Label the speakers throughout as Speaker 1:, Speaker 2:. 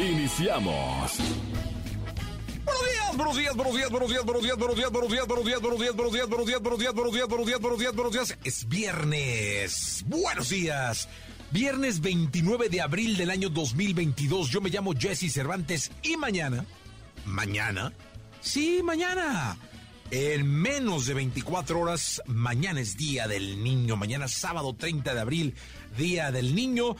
Speaker 1: Iniciamos.
Speaker 2: Buenos días, buenos días, buenos días, buenos días, buenos días, buenos días, buenos días, buenos días, buenos días, buenos días, buenos días, buenos días, buenos días, buenos días, buenos días, buenos días. Es viernes. Buenos días. Viernes 29 de abril del año 2022. Yo me llamo Jesse Cervantes y mañana, mañana, sí, mañana. En menos de 24 horas, mañana es Día del Niño, mañana sábado 30 de abril, Día del Niño.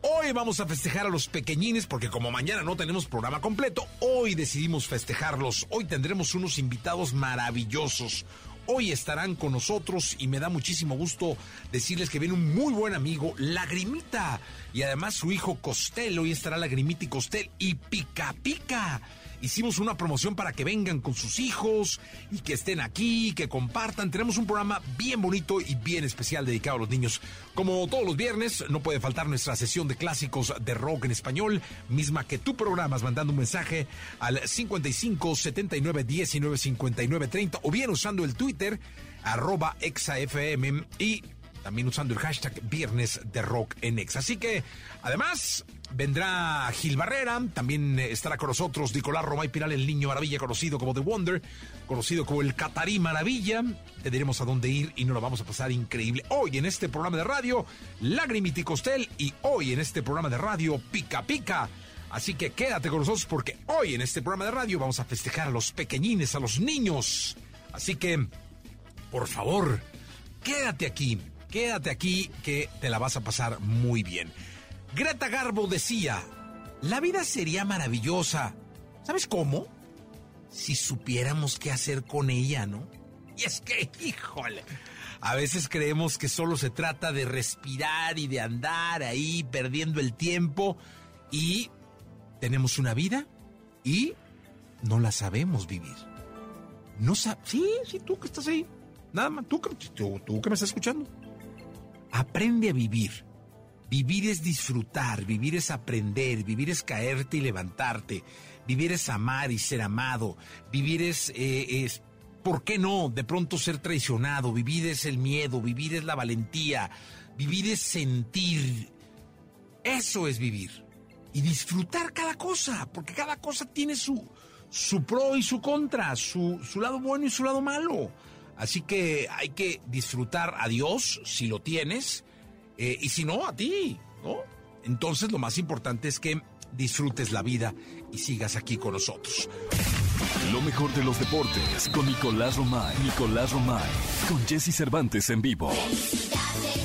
Speaker 2: Hoy vamos a festejar a los pequeñines porque como mañana no tenemos programa completo, hoy decidimos festejarlos. Hoy tendremos unos invitados maravillosos. Hoy estarán con nosotros y me da muchísimo gusto decirles que viene un muy buen amigo, Lagrimita, y además su hijo Costel. Hoy estará Lagrimita y Costel y Pica Pica. Hicimos una promoción para que vengan con sus hijos y que estén aquí, que compartan. Tenemos un programa bien bonito y bien especial dedicado a los niños. Como todos los viernes, no puede faltar nuestra sesión de clásicos de rock en español, misma que tú programas mandando un mensaje al 55 79 19 59 30 o bien usando el Twitter arroba exafm y también usando el hashtag Viernes de Rock en Ex. Así que, además, vendrá Gil Barrera, también eh, estará con nosotros Nicolás Romay Pinal, el niño maravilla conocido como The Wonder, conocido como el Catarí Maravilla. Te diremos a dónde ir y nos lo vamos a pasar increíble. Hoy en este programa de radio, Lagrimiti Costel y hoy en este programa de radio, Pica Pica. Así que quédate con nosotros porque hoy en este programa de radio vamos a festejar a los pequeñines, a los niños. Así que por favor, quédate aquí, quédate aquí que te la vas a pasar muy bien. Greta Garbo decía, la vida sería maravillosa. ¿Sabes cómo? Si supiéramos qué hacer con ella, ¿no? Y es que, híjole, a veces creemos que solo se trata de respirar y de andar ahí perdiendo el tiempo y tenemos una vida y no la sabemos vivir. No sabes. Sí, sí, tú que estás ahí. Nada más, tú que, tú, tú que me estás escuchando. Aprende a vivir. Vivir es disfrutar, vivir es aprender, vivir es caerte y levantarte, vivir es amar y ser amado, vivir es, eh, es ¿por qué no? De pronto ser traicionado, vivir es el miedo, vivir es la valentía, vivir es sentir, eso es vivir. Y disfrutar cada cosa, porque cada cosa tiene su, su pro y su contra, su, su lado bueno y su lado malo. Así que hay que disfrutar a Dios si lo tienes, eh, y si no, a ti, ¿no? Entonces lo más importante es que disfrutes la vida y sigas aquí con nosotros.
Speaker 1: Lo mejor de los deportes con Nicolás Romay. Nicolás Romay. Con Jesse Cervantes en vivo.
Speaker 3: Felicidades,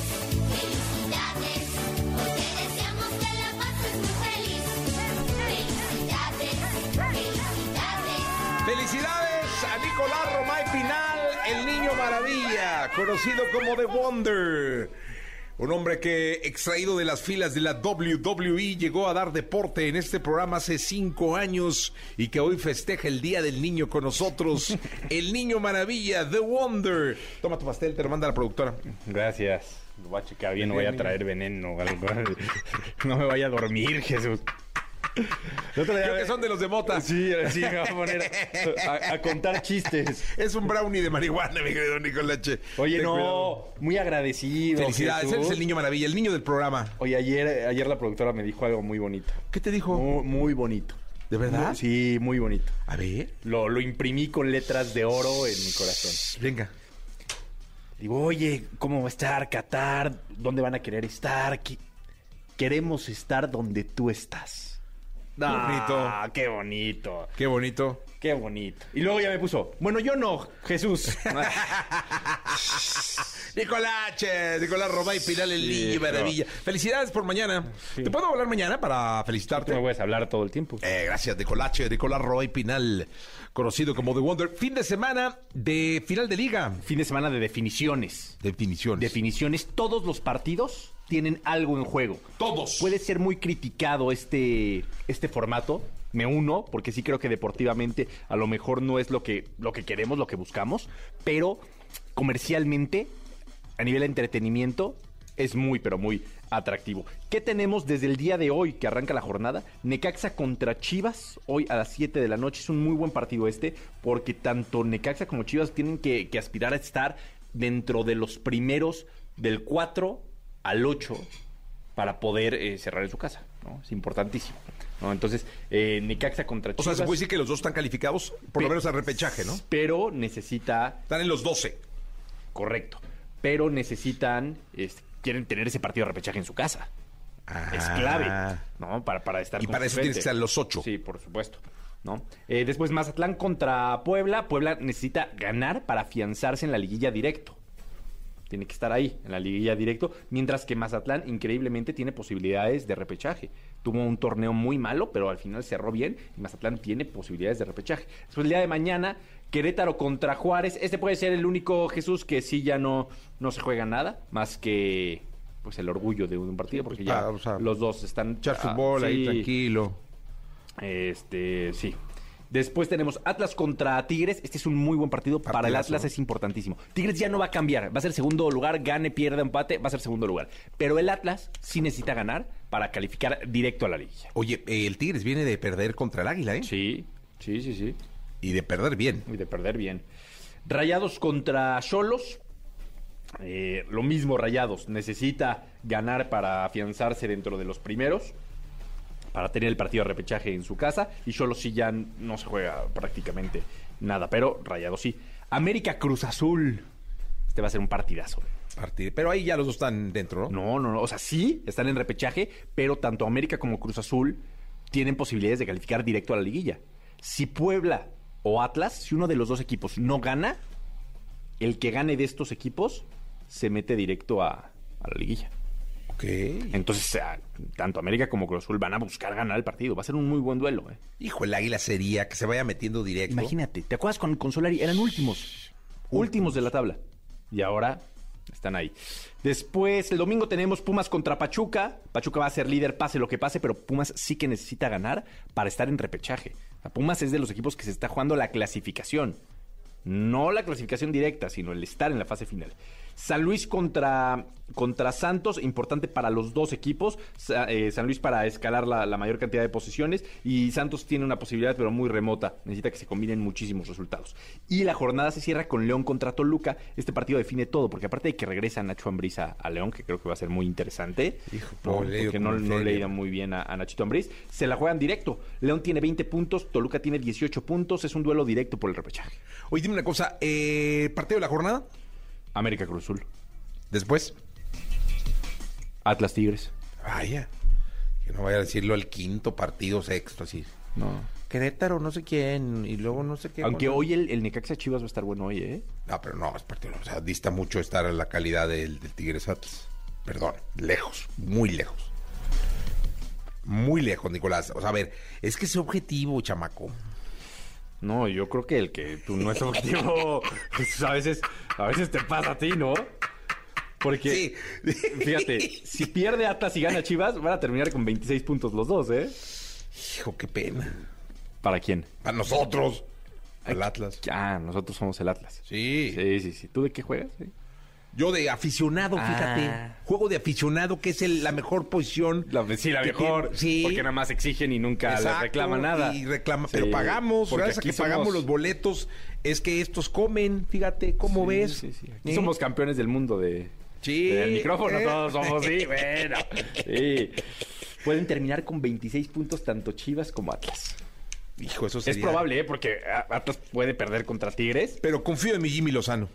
Speaker 3: felicidades, porque deseamos que la pases muy feliz. Felicidades, felicidades,
Speaker 4: Felicidades a Nicolás Romay Pinal, el niño maravilla, conocido como The Wonder. Un hombre que, extraído de las filas de la WWE, llegó a dar deporte en este programa hace cinco años y que hoy festeja el Día del Niño con nosotros. El niño maravilla, The Wonder. Toma tu pastel, te lo manda la productora.
Speaker 5: Gracias. Lo voy a checar bien, no voy a traer veneno o algo. No me vaya a dormir, Jesús. Yo
Speaker 4: Creo que son de los de mota.
Speaker 5: Sí, sí, me voy a poner a, a- a contar chistes.
Speaker 4: Es un brownie de marihuana, mi querido Nicolache.
Speaker 5: Oye,
Speaker 4: Ten
Speaker 5: no,
Speaker 4: cuidado.
Speaker 5: muy agradecido.
Speaker 4: Felicidades,
Speaker 5: Jesús.
Speaker 4: eres el niño maravilla, el niño del programa.
Speaker 5: Oye, ayer, ayer la productora me dijo algo muy bonito.
Speaker 4: ¿Qué te dijo?
Speaker 5: Muy, muy bonito.
Speaker 4: ¿De verdad?
Speaker 5: Muy- sí, muy bonito.
Speaker 4: A ver,
Speaker 5: Lo, lo imprimí con letras de oro en mi corazón.
Speaker 4: venga.
Speaker 5: Digo, oye, ¿cómo va a estar Qatar? ¿Dónde van a querer estar? Qui- Queremos estar donde tú estás.
Speaker 4: Qué
Speaker 5: Ah, qué bonito,
Speaker 4: Qué bonito.
Speaker 5: qué bonito. Y luego ya me puso, bueno, yo no, Jesús.
Speaker 4: Nicolache, Nicolás Robay, Piral el
Speaker 5: Sí,
Speaker 4: niño,
Speaker 5: pero-
Speaker 4: maravilla. Felicidades por mañana. ¿Te puedo hablar mañana para felicitarte?
Speaker 5: me voy a hablar todo el tiempo.
Speaker 4: Eh, gracias, Nicolache, Nicolás Robay Pinal, conocido como The Wonder. Fin de semana de final de liga.
Speaker 5: Fin de semana de definiciones.
Speaker 4: Definiciones.
Speaker 5: Definiciones, todos los partidos tienen algo en juego.
Speaker 2: Todos.
Speaker 5: Puede ser muy criticado este, este formato. Me uno, porque sí creo que deportivamente a lo mejor no es lo que, lo que queremos, lo que buscamos, pero comercialmente, a nivel de entretenimiento, es muy, pero muy atractivo. ¿Qué tenemos desde el día de hoy que arranca la jornada? Necaxa contra Chivas, hoy a las 7 de la noche. Es un muy buen partido este, porque tanto Necaxa como Chivas tienen que, que aspirar a estar dentro de los primeros del 4 al 8 para poder eh, cerrar en su casa. ¿no? Es importantísimo. ¿no? Entonces, eh, Necaxa contra
Speaker 2: O
Speaker 5: Chivas.
Speaker 2: sea, se puede decir que los dos están calificados, por lo
Speaker 5: Pe-
Speaker 2: menos al repechaje, ¿no?
Speaker 5: Pero necesita
Speaker 2: Están en los 12.
Speaker 5: Correcto. Pero necesitan, este, quieren tener ese partido de repechaje en su casa. Es clave, ¿no? Para, para estar
Speaker 2: Ah. Y para eso tienes que estar
Speaker 5: estar
Speaker 2: a los ocho.
Speaker 5: Sí, por supuesto, ¿no? Eh, después Mazatlán contra Puebla. Puebla necesita ganar para afianzarse en la liguilla directo. Tiene que estar ahí, en la liguilla directo. Mientras que Mazatlán, increíblemente, tiene posibilidades de repechaje. Tuvo un torneo muy malo, pero al final cerró bien. Y Mazatlán tiene posibilidades de repechaje. Después, el día de mañana, Querétaro contra Juárez. Este puede ser el único Jesús que sí ya no, no se juega nada, más que pues el orgullo de un partido, porque ya
Speaker 4: ah, o sea,
Speaker 5: los dos están.
Speaker 4: Echar
Speaker 5: ah,
Speaker 4: fútbol ahí
Speaker 5: sí,
Speaker 4: tranquilo.
Speaker 5: este, sí. Después tenemos Atlas contra Tigres. Este es un muy buen partido. Para el
Speaker 4: Partidazo,
Speaker 5: Atlas
Speaker 4: ¿no?
Speaker 5: es importantísimo. Tigres ya no va a cambiar. Va a ser segundo lugar. Gane, pierda, empate. Va a ser segundo lugar. Pero el Atlas sí necesita ganar para calificar directo a la liguilla.
Speaker 2: Oye, eh, el Tigres viene de perder contra el Águila, ¿eh?
Speaker 5: Sí, sí, sí, sí.
Speaker 2: Y de perder bien.
Speaker 5: Y de perder bien. Rayados contra Cholos. Eh, lo mismo, Rayados. Necesita ganar para afianzarse dentro de los primeros. Para tener el partido de repechaje en su casa. Y Cholos sí ya n- no se juega prácticamente nada. Pero Rayados sí. América Cruz Azul. Este va a ser un partidazo.
Speaker 2: Partir- Pero ahí ya los dos están dentro, ¿no?
Speaker 5: No, no, no. O sea, sí están en repechaje. Pero tanto América como Cruz Azul tienen posibilidades de calificar directo a la liguilla. Si Puebla o Atlas, si uno de los dos equipos no gana, el que gane de estos equipos se mete directo a, a la liguilla.
Speaker 2: Ok.
Speaker 5: Entonces, ah, tanto América como Cruz Azul van a buscar ganar el partido. Va a ser un muy buen duelo. ¿eh?
Speaker 2: Hijo, el Águila sería que se vaya metiendo directo.
Speaker 5: Imagínate, ¿te acuerdas con, con Solari? Eran últimos, últimos de la tabla. Y ahora están ahí. Después, el domingo tenemos Pumas contra Pachuca. Pachuca va a ser líder, pase lo que pase, pero Pumas sí que necesita ganar para estar en repechaje. O sea, Pumas es de los equipos que se está jugando la clasificación. No la clasificación directa, sino el estar en la fase final. San Luis contra, contra Santos, importante para los dos equipos. Sa- eh, San Luis para escalar la, la mayor cantidad de posiciones y Santos tiene una posibilidad, pero muy remota. Necesita que se combinen muchísimos resultados. Y la jornada se cierra con León contra Toluca. Este partido define todo, porque aparte de que regresa Nacho Ambriz a, a León, que creo que va a ser muy interesante,
Speaker 2: Hijo,
Speaker 5: ¿no?
Speaker 2: pobre, yo
Speaker 5: porque no,
Speaker 2: como
Speaker 5: no
Speaker 2: feria.
Speaker 5: le ha ido muy bien a, a Nachito Ambriz, se la juegan directo. León tiene 20 puntos, Toluca tiene 18 puntos. Es un duelo directo por el repechaje.
Speaker 2: Oye, dime una cosa. eh, ¿Partido de la jornada?
Speaker 5: América Cruz Azul.
Speaker 2: Después.
Speaker 5: Atlas Tigres.
Speaker 2: Vaya. Que no vaya a decirlo al quinto partido, sexto, así.
Speaker 5: No.
Speaker 2: Querétaro, no sé quién. Y luego no sé qué.
Speaker 5: Aunque
Speaker 2: Bueno.
Speaker 5: hoy el, el Necaxa Chivas va a estar bueno hoy, ¿eh?
Speaker 2: No, pero no, es partido. O sea, dista mucho estar en la calidad del, del Tigres Atlas. Perdón, lejos, muy lejos. Muy lejos, Nicolás. O sea, a ver, es que ese objetivo, chamaco.
Speaker 5: No, yo creo que el que tú no es objetivo, pues, a veces, a veces te pasa a ti, ¿no? Porque,
Speaker 2: Sí.
Speaker 5: fíjate, si pierde Atlas y gana Chivas, van a terminar con 26 puntos los dos, ¿eh?
Speaker 2: Hijo, qué pena.
Speaker 5: ¿Para quién?
Speaker 2: A nosotros. Al Atlas.
Speaker 5: Ah, nosotros somos el Atlas.
Speaker 2: Sí.
Speaker 5: Sí, sí, sí. ¿Tú de qué juegas? eh?
Speaker 2: Yo de aficionado, fíjate.
Speaker 5: Ah.
Speaker 2: Juego de aficionado, que es el- la mejor posición.
Speaker 5: La, sí, la
Speaker 2: que
Speaker 5: mejor.
Speaker 2: tiene- Sí.
Speaker 5: Porque nada más exigen y nunca les
Speaker 2: Exacto,
Speaker 5: reclama nada.
Speaker 2: Y reclama,
Speaker 5: Sí,
Speaker 2: pero pagamos,
Speaker 5: porque
Speaker 2: gracias a
Speaker 5: aquí
Speaker 2: que pagamos
Speaker 5: somos-
Speaker 2: los boletos, es que estos comen, fíjate, ¿cómo
Speaker 5: Sí,
Speaker 2: ves?
Speaker 5: sí, sí. Aquí
Speaker 2: ¿Eh?
Speaker 5: somos campeones del mundo de.
Speaker 2: Sí,
Speaker 5: Del micrófono,
Speaker 2: eh.
Speaker 5: todos somos, sí, bueno. Sí. Pueden terminar con 26 puntos tanto Chivas como Atlas.
Speaker 2: Hijo, eso
Speaker 5: Es
Speaker 2: sería-
Speaker 5: probable, ¿eh? Porque a- Atlas puede perder contra Tigres
Speaker 2: Pero confío en mi Jimmy Lozano.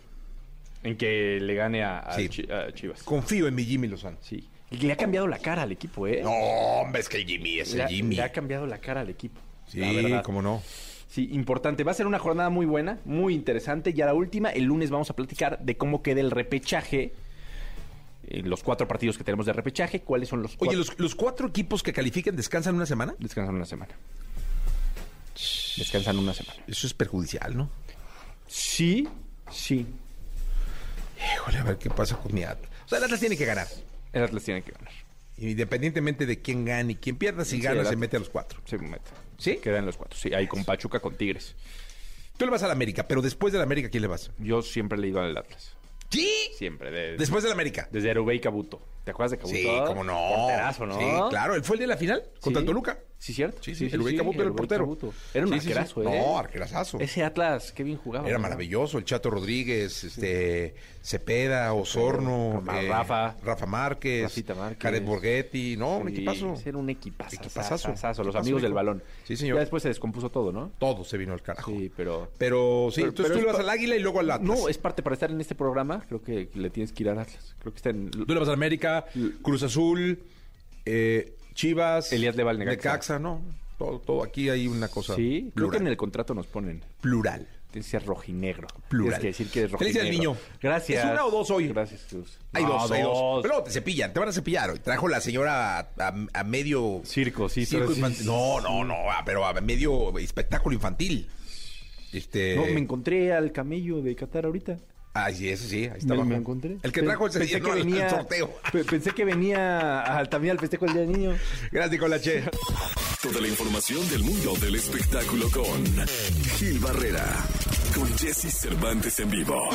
Speaker 5: en que le gane a, a
Speaker 2: Sí.
Speaker 5: Chi- a Chivas.
Speaker 2: Confío en mi Jimmy Lozano.
Speaker 5: Sí. Y Le ha cambiado la cara al equipo, ¿eh?
Speaker 2: No, hombre, es que el Jimmy es el
Speaker 5: le, ha,
Speaker 2: Jimmy.
Speaker 5: le ha cambiado la cara al equipo. la
Speaker 2: Sí,
Speaker 5: verdad.
Speaker 2: cómo no.
Speaker 5: Sí, importante. Va a ser una jornada muy buena, muy interesante. Ya la última, el lunes vamos a platicar de cómo queda el repechaje. eh, los cuatro partidos que tenemos de repechaje, cuáles son los
Speaker 2: Oye,
Speaker 5: cuatro.
Speaker 2: los, los cuatro equipos que califican descansan una semana.
Speaker 5: Descansan una semana. Descansan una semana.
Speaker 2: Eso es perjudicial, ¿no?
Speaker 5: Sí, sí.
Speaker 2: Híjole, a ver qué pasa con mi Atlas. O sea, el Atlas tiene que ganar.
Speaker 5: El Atlas tiene que ganar.
Speaker 2: Independientemente de quién gane y quién pierda, si
Speaker 5: Sí,
Speaker 2: gana
Speaker 5: el
Speaker 2: se
Speaker 5: Atlas.
Speaker 2: mete a los cuatro.
Speaker 5: Se mete.
Speaker 2: ¿Sí?
Speaker 5: Quedan los cuatro. Sí, ahí con Pachuca, con Tigres.
Speaker 2: Tú le vas al América, pero después del América, ¿quién le vas?
Speaker 5: Yo siempre le he ido al Atlas.
Speaker 2: ¿Sí?
Speaker 5: Siempre. de-
Speaker 2: Después del América.
Speaker 5: Desde Arubey y Cabuto. ¿Te acuerdas de Cabuto?
Speaker 2: Sí, cómo no.
Speaker 5: Porterazo, ¿no?
Speaker 2: Sí, claro. ¿Él fue el de la final contra
Speaker 5: Sí.
Speaker 2: Toluca?
Speaker 5: Sí, cierto.
Speaker 2: Sí, sí, Arubey Cabuto era el
Speaker 5: Arubey
Speaker 2: portero.
Speaker 5: Cabuto. Era un
Speaker 2: Sí, sí, sí.
Speaker 5: arquerazo, ¿eh?
Speaker 2: No, arquerazazo.
Speaker 5: Ese Atlas, qué bien jugaba.
Speaker 2: Era
Speaker 5: ¿no?
Speaker 2: maravilloso, el Chato Rodríguez, este Cepeda, Osorno, eh,
Speaker 5: Rafa- Rafa.
Speaker 2: Rafa Márquez,
Speaker 5: Rafita Márquez.
Speaker 2: Jared Borghetti, no, un
Speaker 5: Sí,
Speaker 2: equipazo.
Speaker 5: ese Era un equipazo.
Speaker 2: Equipazazo.
Speaker 5: Equipazazo. Los
Speaker 2: Equipazo,
Speaker 5: amigos del
Speaker 2: hijo.
Speaker 5: balón.
Speaker 2: Sí, señor.
Speaker 5: Ya después se descompuso todo, ¿no?
Speaker 2: Todo se vino al carajo.
Speaker 5: Sí, pero...
Speaker 2: Pero sí,
Speaker 5: Pero-
Speaker 2: entonces
Speaker 5: pero
Speaker 2: tú le
Speaker 5: es
Speaker 2: vas
Speaker 5: pa-
Speaker 2: al Águila y luego al Atlas.
Speaker 5: No, es parte para estar en este programa. Creo que le tienes que ir al Atlas. Creo que está en...
Speaker 2: Tú le vas al América, Cruz Azul, eh, Chivas,
Speaker 5: Elías le va al Necaxa.
Speaker 2: no, todo, todo, aquí hay una cosa
Speaker 5: Sí, creo que
Speaker 2: plural.
Speaker 5: en el contrato nos ponen.
Speaker 2: plural.
Speaker 5: Tienes que ser rojinegro.
Speaker 2: Plural.
Speaker 5: Tienes que decir que eres
Speaker 2: Feliz
Speaker 5: rojinegro.
Speaker 2: día al niño.
Speaker 5: Gracias.
Speaker 2: ¿Es una o dos hoy?
Speaker 5: Gracias, Jesús.
Speaker 2: Hay
Speaker 5: No,
Speaker 2: dos, hay dos. Pero luego te cepillan, te van a cepillar. hoy. Trajo la señora a, a- a medio...
Speaker 5: Circo, sí,
Speaker 2: circo
Speaker 5: pero sí,
Speaker 2: infantil.
Speaker 5: sí,
Speaker 2: No, no, no, ah, pero a medio espectáculo infantil. Este...
Speaker 5: No, me encontré al camello de Qatar ahorita.
Speaker 2: Ah, sí, eso sí, ahí está
Speaker 5: Me,
Speaker 2: abajo.
Speaker 5: me encontré.
Speaker 2: El que
Speaker 5: Pe-
Speaker 2: trajo el,
Speaker 5: pensé que
Speaker 2: no, el- el
Speaker 5: venía,
Speaker 2: sorteo.
Speaker 5: pe- pensé que venía al- también al festejo del Día del Niño.
Speaker 2: Gracias, Nicolache.
Speaker 1: Toda la información del mundo del espectáculo con Gil Barrera. Con Jesse Cervantes en vivo.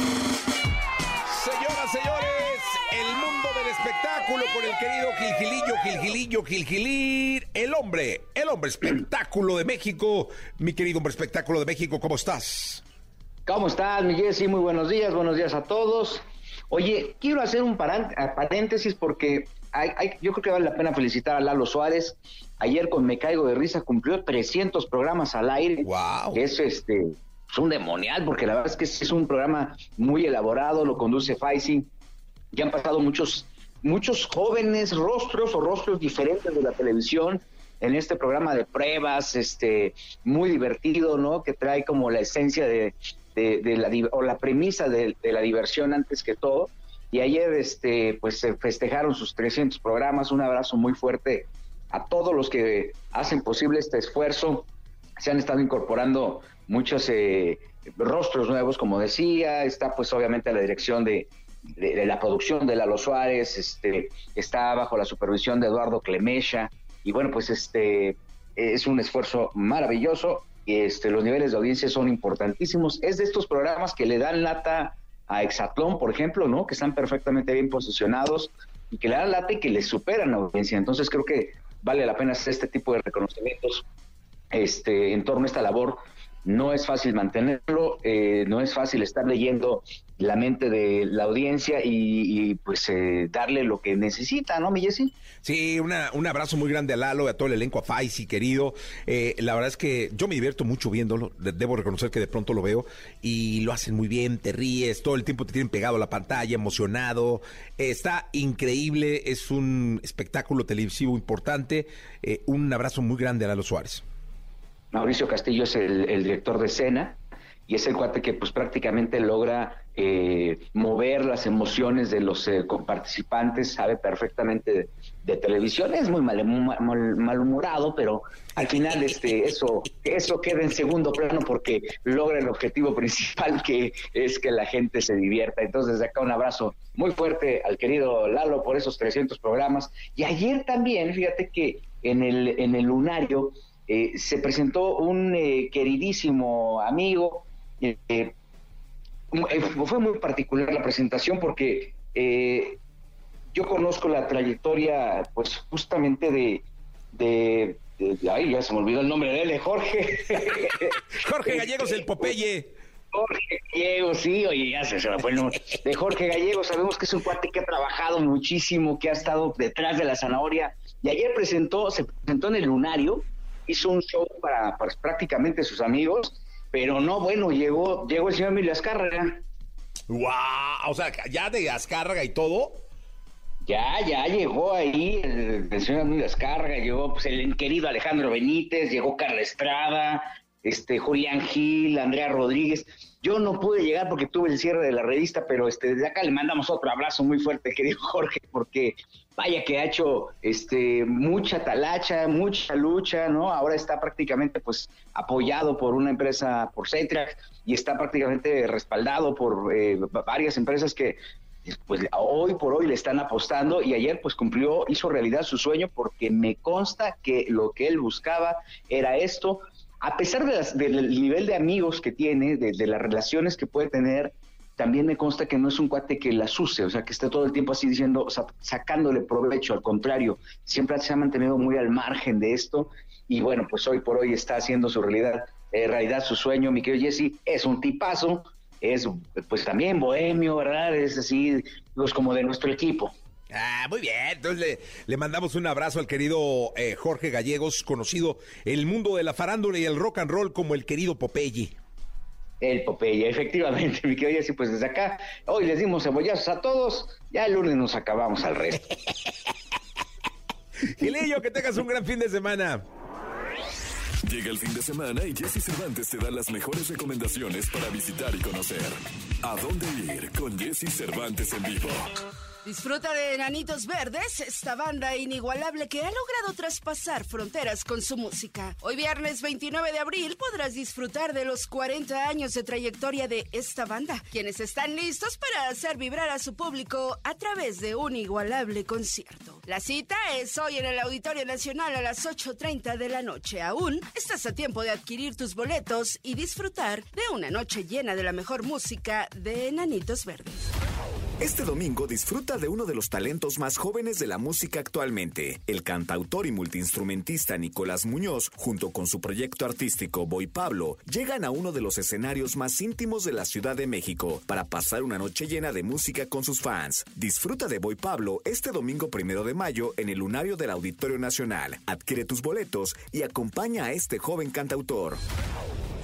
Speaker 2: Señoras, señores, el mundo del espectáculo con el querido Gilgilillo, Gilgilillo, Gilgilir, el hombre, el hombre espectáculo de México. Mi querido hombre espectáculo de México, ¿cómo estás?
Speaker 6: ¿Cómo estás, mi Jessy? Muy buenos días, buenos días a todos. Oye, quiero hacer un parán- a paréntesis porque hay- hay- yo creo que vale la pena felicitar a Lalo Suárez. Ayer con Me Caigo de Risa cumplió 300 programas al aire.
Speaker 2: Guau.
Speaker 6: Es este, es un demonial porque la verdad es que sí es un programa muy elaborado, lo conduce Faisy. Ya han pasado muchos, muchos jóvenes rostros o rostros diferentes de la televisión en este programa de pruebas, este, muy divertido, ¿no? Que trae como la esencia de, de- de la, div- o la premisa de, de la diversión antes que todo. Y ayer, este, pues se festejaron sus 300 programas. Un abrazo muy fuerte a todos los que hacen posible este esfuerzo se han estado incorporando muchos eh, rostros nuevos, como decía, está pues obviamente la dirección de, de- de la producción de Lalo Suárez, este, está bajo la supervisión de Eduardo Clemesha, y bueno, pues este es un esfuerzo maravilloso, y este, los niveles de audiencia son importantísimos, es de estos programas que le dan lata a Exatlón, por ejemplo, ¿no? Que están perfectamente bien posicionados y que le dan lata y que le superan la audiencia. Entonces creo que vale la pena hacer este tipo de reconocimientos este, en torno a esta labor. No es fácil mantenerlo, eh, no es fácil estar leyendo la mente de la audiencia y, y, pues eh, darle lo que necesita, ¿no, mi Jessy?
Speaker 2: Sí, una- un abrazo muy grande a Lalo y a todo el elenco, a Faisy, querido. Eh, la verdad es que yo me divierto mucho viéndolo. de- Debo reconocer que de pronto lo veo y lo hacen muy bien, te ríes, todo el tiempo te tienen pegado a la pantalla, emocionado. Eh, está increíble, es un espectáculo televisivo importante. Eh, un abrazo muy grande a Lalo Suárez.
Speaker 6: Mauricio Castillo es el, el director de escena y es el cuate que pues prácticamente logra eh, mover las emociones de los eh, comparticipantes, sabe perfectamente de, de televisión, es muy mal, mal- malhumorado, pero al final este eso eso queda en segundo plano porque logra el objetivo principal que es que la gente se divierta. Entonces desde acá un abrazo muy fuerte al querido Lalo por esos 300 programas y ayer también, fíjate que en el en el lunario eh, se presentó un eh, queridísimo amigo. eh, eh, mu- eh, fue muy particular la presentación porque eh, yo conozco la trayectoria, pues justamente de, de, de- de- ay, ya se me olvidó el nombre de él, de Jorge.
Speaker 2: Jorge Gallegos, el Popeye.
Speaker 6: Jorge Gallegos, sí, oye, ya se, se me fue el nombre. De Jorge Gallegos, sabemos que es un cuate que ha trabajado muchísimo, que ha estado detrás de la zanahoria. Y ayer presentó, se presentó en el Lunario, hizo un show para, para prácticamente sus amigos, pero no, bueno, llegó, llegó el señor Emilio Azcárraga.
Speaker 2: ¡Wow! O sea, ya de Azcárraga y todo.
Speaker 6: Ya, ya llegó ahí el, el señor Emilio Azcárraga, llegó pues, el querido Alejandro Benítez, llegó Carla Estrada, este, Julián Gil, Andrea Rodríguez. Yo no pude llegar porque tuve el cierre de la revista, pero este, desde acá le mandamos otro abrazo muy fuerte, querido Jorge, porque vaya que ha hecho este, mucha talacha, mucha lucha, ¿no? Ahora está prácticamente pues apoyado por una empresa, por Cetrac, y está prácticamente respaldado por eh, varias empresas que pues hoy por hoy le están apostando y ayer pues cumplió, hizo realidad su sueño porque me consta que lo que él buscaba era esto, a pesar de las- del nivel de amigos que tiene, de, de las relaciones que puede tener, también me consta que no es un cuate que las use, o sea, que esté todo el tiempo así diciendo, sa- sacándole provecho, al contrario, siempre se ha mantenido muy al margen de esto y bueno, pues hoy por hoy está haciendo su realidad, eh, realidad su sueño, mi querido Jesse, es un tipazo, es pues también bohemio, ¿verdad? Es así, los como de nuestro equipo.
Speaker 2: Ah, muy bien. Entonces le, le mandamos un abrazo al querido eh, Jorge Gallegos, conocido en el mundo de la farándula y el rock and roll como el querido Popeye.
Speaker 6: El Popeye, efectivamente, mi querido Jesse, pues desde acá, hoy les dimos cebollazos a todos, ya el lunes nos acabamos al resto.
Speaker 2: Gilillo, que tengas un gran fin de semana.
Speaker 1: Llega el fin de semana y Jesse Cervantes te da las mejores recomendaciones para visitar y conocer. ¿A dónde ir con Jesse Cervantes en vivo?
Speaker 7: Disfruta de Enanitos Verdes, esta banda inigualable que ha logrado traspasar fronteras con su música. Hoy viernes 29 de abril podrás disfrutar de los 40 años de trayectoria de esta banda, quienes están listos para hacer vibrar a su público a través de un igualable concierto. La cita es hoy en el Auditorio Nacional a las 8.30 de la noche. Aún estás a tiempo de adquirir tus boletos y disfrutar de una noche llena de la mejor música de Enanitos Verdes.
Speaker 8: Este domingo disfruta de uno de los talentos más jóvenes de la música actualmente. El cantautor y multiinstrumentista Nicolás Muñoz, junto con su proyecto artístico Boy Pablo, llegan a uno de los escenarios más íntimos de la Ciudad de México para pasar una noche llena de música con sus fans. Disfruta de Boy Pablo este domingo primero de mayo en el lunario del Auditorio Nacional. Adquiere tus boletos y acompaña a este joven cantautor.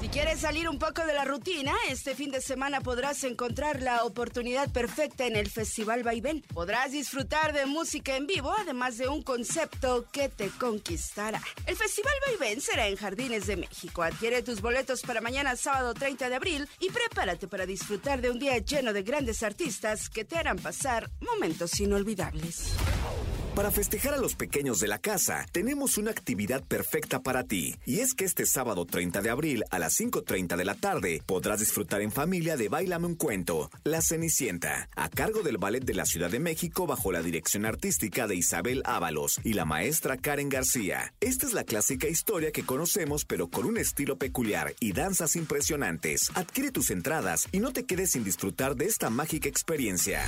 Speaker 7: Si quieres salir un poco de la rutina, este fin de semana podrás encontrar la oportunidad perfecta en el Festival Vaivén. Podrás disfrutar de música en vivo, además de un concepto que te conquistará. El Festival Vaivén será en Jardines de México. Adquiere tus boletos para mañana sábado 30 de abril y prepárate para disfrutar de un día lleno de grandes artistas que te harán pasar momentos inolvidables.
Speaker 8: Para festejar a los pequeños de la casa, tenemos una actividad perfecta para ti. Y es que este sábado 30 de abril a las 5.30 de la tarde podrás disfrutar en familia de Bailame un cuento, La Cenicienta, a cargo del Ballet de la Ciudad de México bajo la dirección artística de Isabel Ábalos y la maestra Karen García. Esta es la clásica historia que conocemos pero con un estilo peculiar y danzas impresionantes. Adquiere tus entradas y no te quedes sin disfrutar de esta mágica experiencia.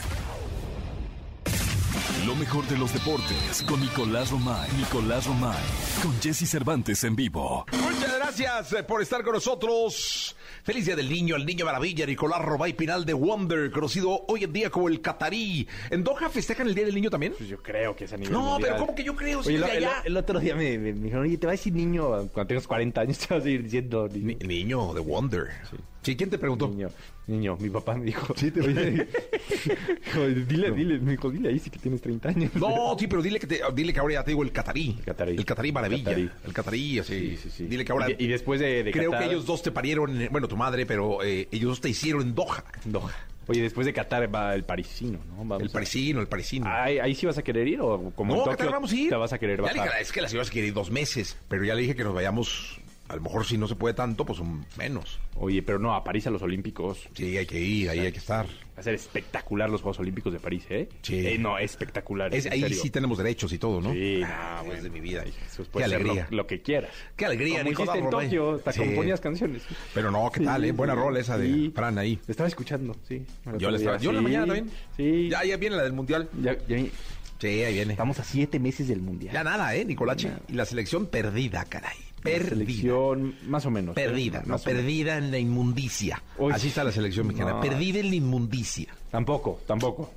Speaker 1: Lo mejor de los deportes con Nicolás Romay. Nicolás Romay. Con Jesse Cervantes en vivo.
Speaker 2: Muchas gracias eh, por estar con nosotros. Feliz Día del Niño, el Niño Maravilla, Nicolás Robay Pinal de Wonder, conocido hoy en día como el Catarí. ¿En Doha festejan el Día del Niño también?
Speaker 5: Pues yo creo que es a nivel
Speaker 2: No,
Speaker 5: mundial.
Speaker 2: pero ¿cómo que yo creo? Si
Speaker 5: Oye,
Speaker 2: es
Speaker 5: el,
Speaker 2: de
Speaker 5: el-
Speaker 2: allá.
Speaker 5: el otro día me, me- me dijeron, oye, te vas a decir niño cuando tengas 40 años, te vas a ir diciendo niño.
Speaker 2: Ni- niño de Wonder. Sí. ¿quién te preguntó?
Speaker 5: Niño, niño, mi papá me dijo. Sí, te dijo, dile, dile, me dijo, dile ahí sí que tienes 30 años.
Speaker 2: No, sí, pero dile que, te- dile que ahora ya te digo el Catarí.
Speaker 5: El Catarí.
Speaker 2: El Catarí Maravilla.
Speaker 5: Catarí.
Speaker 2: El Catarí, así.
Speaker 5: Sí, sí, sí.
Speaker 2: Dile que ahora.
Speaker 5: Y- y después de- de
Speaker 2: Creo
Speaker 5: Qatar-
Speaker 2: que ellos dos te parieron, en- bueno, tu madre, pero eh, ellos dos te hicieron en Doha.
Speaker 5: Doha. Oye, después de Qatar va el parisino, ¿no? Vamos
Speaker 2: El
Speaker 5: a-
Speaker 2: parisino, el parisino.
Speaker 5: Ahí, ahí sí vas a querer ir o como en
Speaker 2: no,
Speaker 5: Tokio
Speaker 2: Qatar vamos a ir.
Speaker 5: te vas a querer
Speaker 2: Ya le
Speaker 5: bajar.
Speaker 2: dije, es que la ciudad se quiere ir dos meses, pero ya le dije que nos vayamos. A lo mejor si no se puede tanto, pues un- menos.
Speaker 5: Oye, pero no, a París a los Olímpicos.
Speaker 2: Sí, hay que ir, ahí hay que estar.
Speaker 5: Va a ser espectacular los Juegos Olímpicos de París, ¿eh?
Speaker 2: Sí.
Speaker 5: Eh, no, espectacular.
Speaker 2: Es-
Speaker 5: en
Speaker 2: ahí
Speaker 5: serio.
Speaker 2: sí tenemos derechos y todo, ¿no?
Speaker 5: Sí, no,
Speaker 2: Ah,
Speaker 5: bueno.
Speaker 2: pues, de mi vida.
Speaker 5: Ay, Jesús,
Speaker 2: Qué
Speaker 5: puedes hacer
Speaker 2: alegría.
Speaker 5: Lo, lo que quieras.
Speaker 2: Qué alegría,
Speaker 5: Como
Speaker 2: Nicolás
Speaker 5: hiciste en
Speaker 2: Romay.
Speaker 5: Tokio, hasta
Speaker 2: Sí.
Speaker 5: componías canciones.
Speaker 2: Pero no, ¿qué tal, eh? Buena rola esa de
Speaker 5: sí.
Speaker 2: Fran ahí.
Speaker 5: La Estaba escuchando, sí. El
Speaker 2: Yo
Speaker 5: otro
Speaker 2: la, estaba-
Speaker 5: día,
Speaker 2: yo la
Speaker 5: sí,
Speaker 2: mañana también.
Speaker 5: Sí.
Speaker 2: Ya, ya viene la del mundial.
Speaker 5: Ya- ya-
Speaker 2: Sí, ahí viene.
Speaker 5: estamos a siete meses del Mundial.
Speaker 2: Ya nada, ¿eh, Nicolache? Y la selección perdida, caray.
Speaker 5: La
Speaker 2: Perdida.
Speaker 5: selección, más o menos.
Speaker 2: Perdida,
Speaker 5: Más
Speaker 2: no,
Speaker 5: o menos.
Speaker 2: perdida en la inmundicia.
Speaker 5: Uy.
Speaker 2: Así está la selección mexicana.
Speaker 5: No.
Speaker 2: Perdida en la inmundicia.
Speaker 5: Tampoco, tampoco.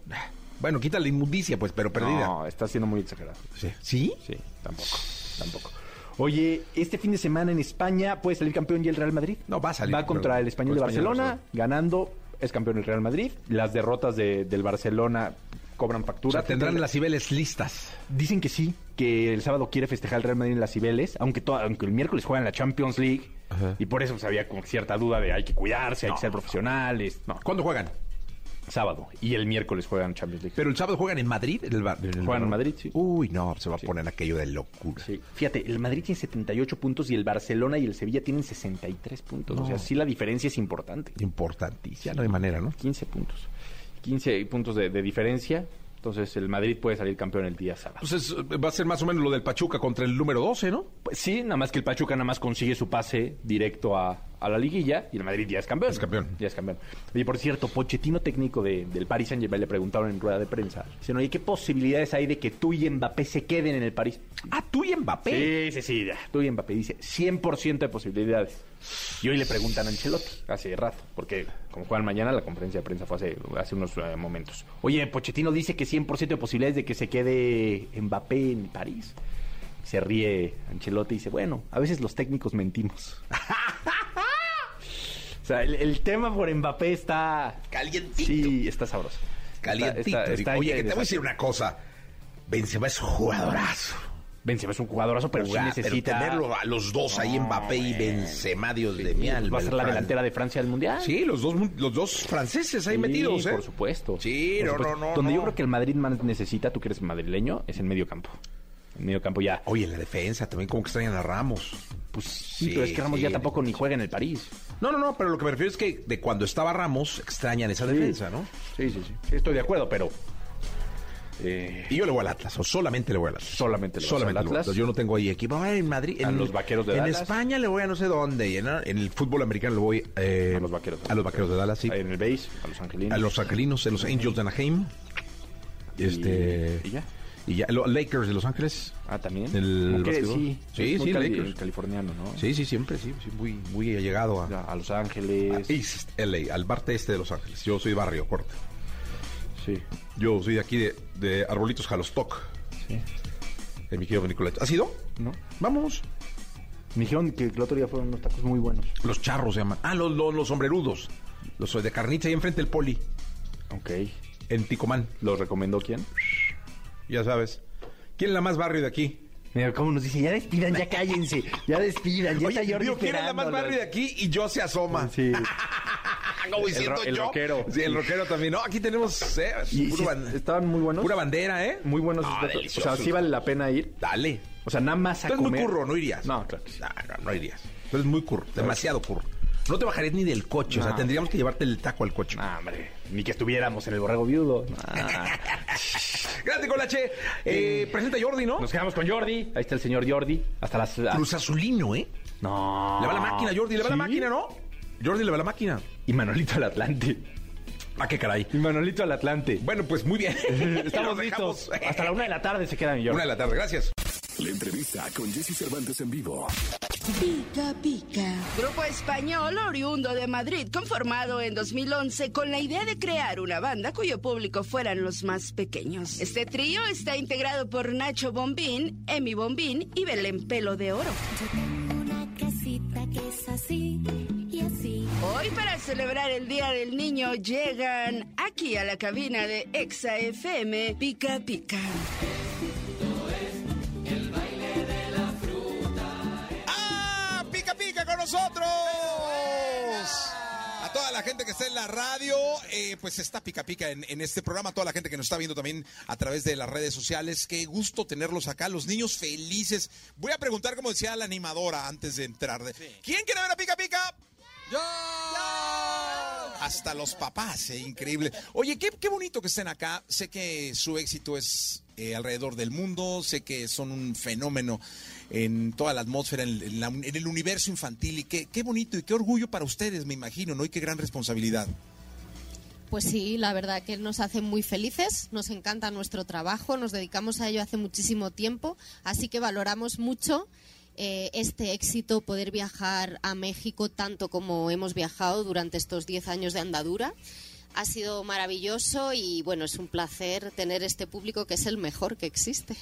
Speaker 2: Bueno, quita la inmundicia, pues, pero perdida.
Speaker 5: No, está siendo muy exagerado.
Speaker 2: Sí. ¿Sí?
Speaker 5: Sí, tampoco, tampoco. Oye, este fin de semana en España puede salir campeón ya el Real Madrid.
Speaker 2: No, va a salir,
Speaker 5: Va contra
Speaker 2: pero-
Speaker 5: el Español de
Speaker 2: con Español de
Speaker 5: Barcelona, ganando, es campeón el Real Madrid. Las derrotas de- del Barcelona cobran
Speaker 2: O
Speaker 5: factura.
Speaker 2: sea, tendrán las Cibeles listas.
Speaker 5: Dicen que sí, que el sábado quiere festejar el Real Madrid en las Cibeles, aunque, to- aunque el miércoles juegan la Champions League. Y por eso pues, había como cierta duda de hay que cuidarse, hay que ser profesionales. No,
Speaker 2: ¿Cuándo juegan?
Speaker 5: sábado. Y el miércoles juegan Champions League.
Speaker 2: Pero el sábado juegan en Madrid. en el Bar- en el
Speaker 5: Juegan en
Speaker 2: Bar-
Speaker 5: Madrid, sí.
Speaker 2: Uy, no, se va a poner aquello de locura.
Speaker 5: Sí. Fíjate, el Madrid tiene 78 puntos y el Barcelona y el Sevilla tienen 63 puntos. O sea, sí la diferencia es importante.
Speaker 2: Importantísima. no hay manera, ¿no?
Speaker 5: 15 puntos. 15 puntos de, de diferencia. Entonces el Madrid puede salir campeón el día sábado.
Speaker 2: Entonces Pues eh, va a ser más o menos lo del Pachuca contra el número 12, ¿no?
Speaker 5: Pues sí, nada más que el Pachuca nada más consigue su pase directo a, a la liguilla y el Madrid ya es campeón.
Speaker 2: Es campeón.
Speaker 5: Ya es campeón. Y por cierto, Pochettino técnico de- del Paris Saint Germain le preguntaron en rueda de prensa. Dicen, oye, ¿qué posibilidades hay de que tú y Mbappé se queden en el París?
Speaker 2: Ah, tú y Mbappé.
Speaker 5: Sí, sí, sí. ya. Tú y Mbappé dice 100% de posibilidades. Y hoy le preguntan a Ancelotti hace rato, porque como juegan mañana, la conferencia de prensa fue hace, hace unos eh, momentos. Oye, Pochettino dice que 100% de posibilidades de que se quede Mbappé en París. Se ríe Ancelotti y dice, bueno, a veces los técnicos mentimos. o sea, el, el tema por Mbappé está...
Speaker 2: Calientito.
Speaker 5: Sí, está sabroso.
Speaker 2: Calientito.
Speaker 5: Está- está- está
Speaker 2: Oye, que te
Speaker 5: interesante.
Speaker 2: voy a decir una cosa. Benzema es un jugadorazo.
Speaker 5: Benzema es un jugadorazo, pero
Speaker 2: Jugar,
Speaker 5: sí
Speaker 2: pero
Speaker 5: necesita...
Speaker 2: tenerlo a los dos ahí, Mbappé y Benzema, Dios de mi alma.
Speaker 5: va a ser
Speaker 2: el
Speaker 5: la
Speaker 2: Fran.
Speaker 5: delantera de Francia del Mundial.
Speaker 2: Sí, los dos, mu- los dos franceses ahí
Speaker 5: Sí,
Speaker 2: metidos, ¿eh?
Speaker 5: Por supuesto.
Speaker 2: Sí,
Speaker 5: Por
Speaker 2: no,
Speaker 5: supuesto.
Speaker 2: no, no.
Speaker 5: Donde
Speaker 2: no.
Speaker 5: yo creo que el Madrid más necesita, tú que eres madrileño, es en medio campo. En medio campo ya.
Speaker 2: Oye, en la defensa también como que extrañan a Ramos.
Speaker 5: Pues sí, pero es que Ramos
Speaker 2: sí,
Speaker 5: ya tampoco ni juega en el París.
Speaker 2: No, no, no, pero lo que me refiero es que de cuando estaba Ramos extrañan esa defensa, ¿no?
Speaker 5: Sí, sí, sí. Sí, Estoy de acuerdo, pero. eh,
Speaker 2: Y yo le voy al Atlas, o solamente le voy al Atlas.
Speaker 5: Solamente le vas
Speaker 2: solamente
Speaker 5: al
Speaker 2: le voy
Speaker 5: Atlas.
Speaker 2: Yo no tengo ahí equipo. Ah, en Madrid.
Speaker 5: A
Speaker 2: en-
Speaker 5: los Vaqueros de
Speaker 2: En
Speaker 5: Dallas.
Speaker 2: España le voy a no sé dónde. Y en, en el fútbol americano le voy eh,
Speaker 5: A los Vaqueros de
Speaker 2: A los Vaqueros de Dallas, sí.
Speaker 5: en el base, a los angelinos.
Speaker 2: A los angelinos, a los Angels de Anaheim. Este.
Speaker 5: y ya.
Speaker 2: Y ya. Los Lakers de Los Ángeles.
Speaker 5: Ah, también.
Speaker 2: El
Speaker 5: Como que
Speaker 2: básquetbol.
Speaker 5: Sí,
Speaker 2: Sí,
Speaker 5: es muy
Speaker 2: sí,
Speaker 5: cali-
Speaker 2: Lakers.
Speaker 5: californiano, ¿no?
Speaker 2: Sí, sí, siempre, sí. sí, muy, muy allegado a,
Speaker 5: A Los
Speaker 2: a
Speaker 5: Ángeles.
Speaker 2: East LA, al parte este de Los Ángeles. Yo soy barrio corto.
Speaker 5: Sí.
Speaker 2: Yo soy de aquí de, de Arbolitos Jalostoc.
Speaker 5: Sí.
Speaker 2: En mi querido Nicolás. ¿Has ido?
Speaker 5: ¿No?
Speaker 2: Vamos.
Speaker 5: Me dijeron que el otro día fueron unos tacos muy buenos.
Speaker 2: Los charros se llaman. Ah, los, los, los sombrerudos. Los de carniza ahí enfrente del poli.
Speaker 5: Ok.
Speaker 2: En Ticomán.
Speaker 5: ¿Los recomendó quién?
Speaker 2: Ya sabes. ¿Quién es la más barrio de aquí?
Speaker 5: Mira cómo nos dice, ya despidan, ya cállense, ya despidan, ya está
Speaker 2: Oye,
Speaker 5: Jordi
Speaker 2: digo, ¿quién es la más
Speaker 5: esperándolos".
Speaker 2: barrio de aquí? Y yo se asoma.
Speaker 5: Sí.
Speaker 2: Como diciendo
Speaker 5: ro- el
Speaker 2: yo.
Speaker 5: rockero.
Speaker 2: Sí, el rockero también. No, aquí tenemos eh,
Speaker 5: Y
Speaker 2: puro
Speaker 5: sí,
Speaker 2: ban-
Speaker 5: estaban muy buenos.
Speaker 2: pura bandera, ¿eh?
Speaker 5: muy buenos.
Speaker 2: Ah,
Speaker 5: esos datos. o
Speaker 2: deliciosos.
Speaker 5: sea, sí vale la pena ir.
Speaker 2: Dale.
Speaker 5: O sea, nada más
Speaker 2: Tú
Speaker 5: a
Speaker 2: eres muy
Speaker 5: comer.
Speaker 2: curro, no irías.
Speaker 5: No, claro que sí.
Speaker 2: No, no, no irías. Tú eres muy curro, demasiado curro. No te bajarías ni del coche, o sea,
Speaker 5: No.
Speaker 2: tendríamos que llevarte el taco al coche.
Speaker 5: No, hombre, ni que estuviéramos en el borrego viudo. Ah.
Speaker 2: Gracias, Colache. Eh, presenta a Jordi, ¿no?
Speaker 5: Nos quedamos con Jordi. Ahí está el señor Jordi. Hasta las.
Speaker 2: Cruz Azulino, ¿eh?
Speaker 5: No.
Speaker 2: Le va la máquina, Jordi, le va la
Speaker 5: ¿Sí?
Speaker 2: máquina, ¿no? Jordi le va la máquina.
Speaker 5: Y Manolito al Atlante.
Speaker 2: Ah, qué caray.
Speaker 5: Y Manolito al Atlante.
Speaker 2: Bueno, pues muy bien.
Speaker 5: Estamos
Speaker 2: Nos
Speaker 5: listos.
Speaker 2: dejamos.
Speaker 5: Hasta la una de la tarde se quedan, Jordi.
Speaker 2: Una de la tarde, gracias.
Speaker 1: La entrevista con Jesse Cervantes en vivo.
Speaker 9: Pica, pica.
Speaker 7: Grupo español oriundo de Madrid, conformado en 2011 con la idea de crear una banda cuyo público fueran los más pequeños. Este trío está integrado por Nacho Bombín, Emi Bombín y Belén Pelo de Oro.
Speaker 9: Yo tengo una casita que es así y así.
Speaker 7: Hoy para celebrar el Día del Niño llegan aquí a la cabina de Exa FM Pica Pica.
Speaker 10: ¡Ah! ¡Pica, pica con nosotros! A toda la gente que está en la radio, eh, pues está pica pica en, en este programa. A toda la gente que nos está viendo también a través de las redes sociales. Qué gusto tenerlos acá, los niños felices. Voy a preguntar, como decía la animadora antes de entrar. de- ¿Quién quiere ver a pica pica? ¡Yo! Hasta los papás, eh, increíble. Oye, qué, qué bonito que estén acá. Sé que su éxito es eh, alrededor del mundo, sé que son un fenómeno en toda la atmósfera, en, en la- en el universo infantil. Y qué, qué bonito y qué orgullo para ustedes, me imagino, ¿no? Y qué gran responsabilidad.
Speaker 11: Pues sí, la verdad que nos hace muy felices, nos encanta nuestro trabajo, nos dedicamos a ello hace muchísimo tiempo, así que valoramos mucho eh, este éxito, poder viajar a México tanto como hemos viajado durante estos 10 años de andadura. Ha sido maravilloso y bueno, es un placer tener este público que es el mejor que existe.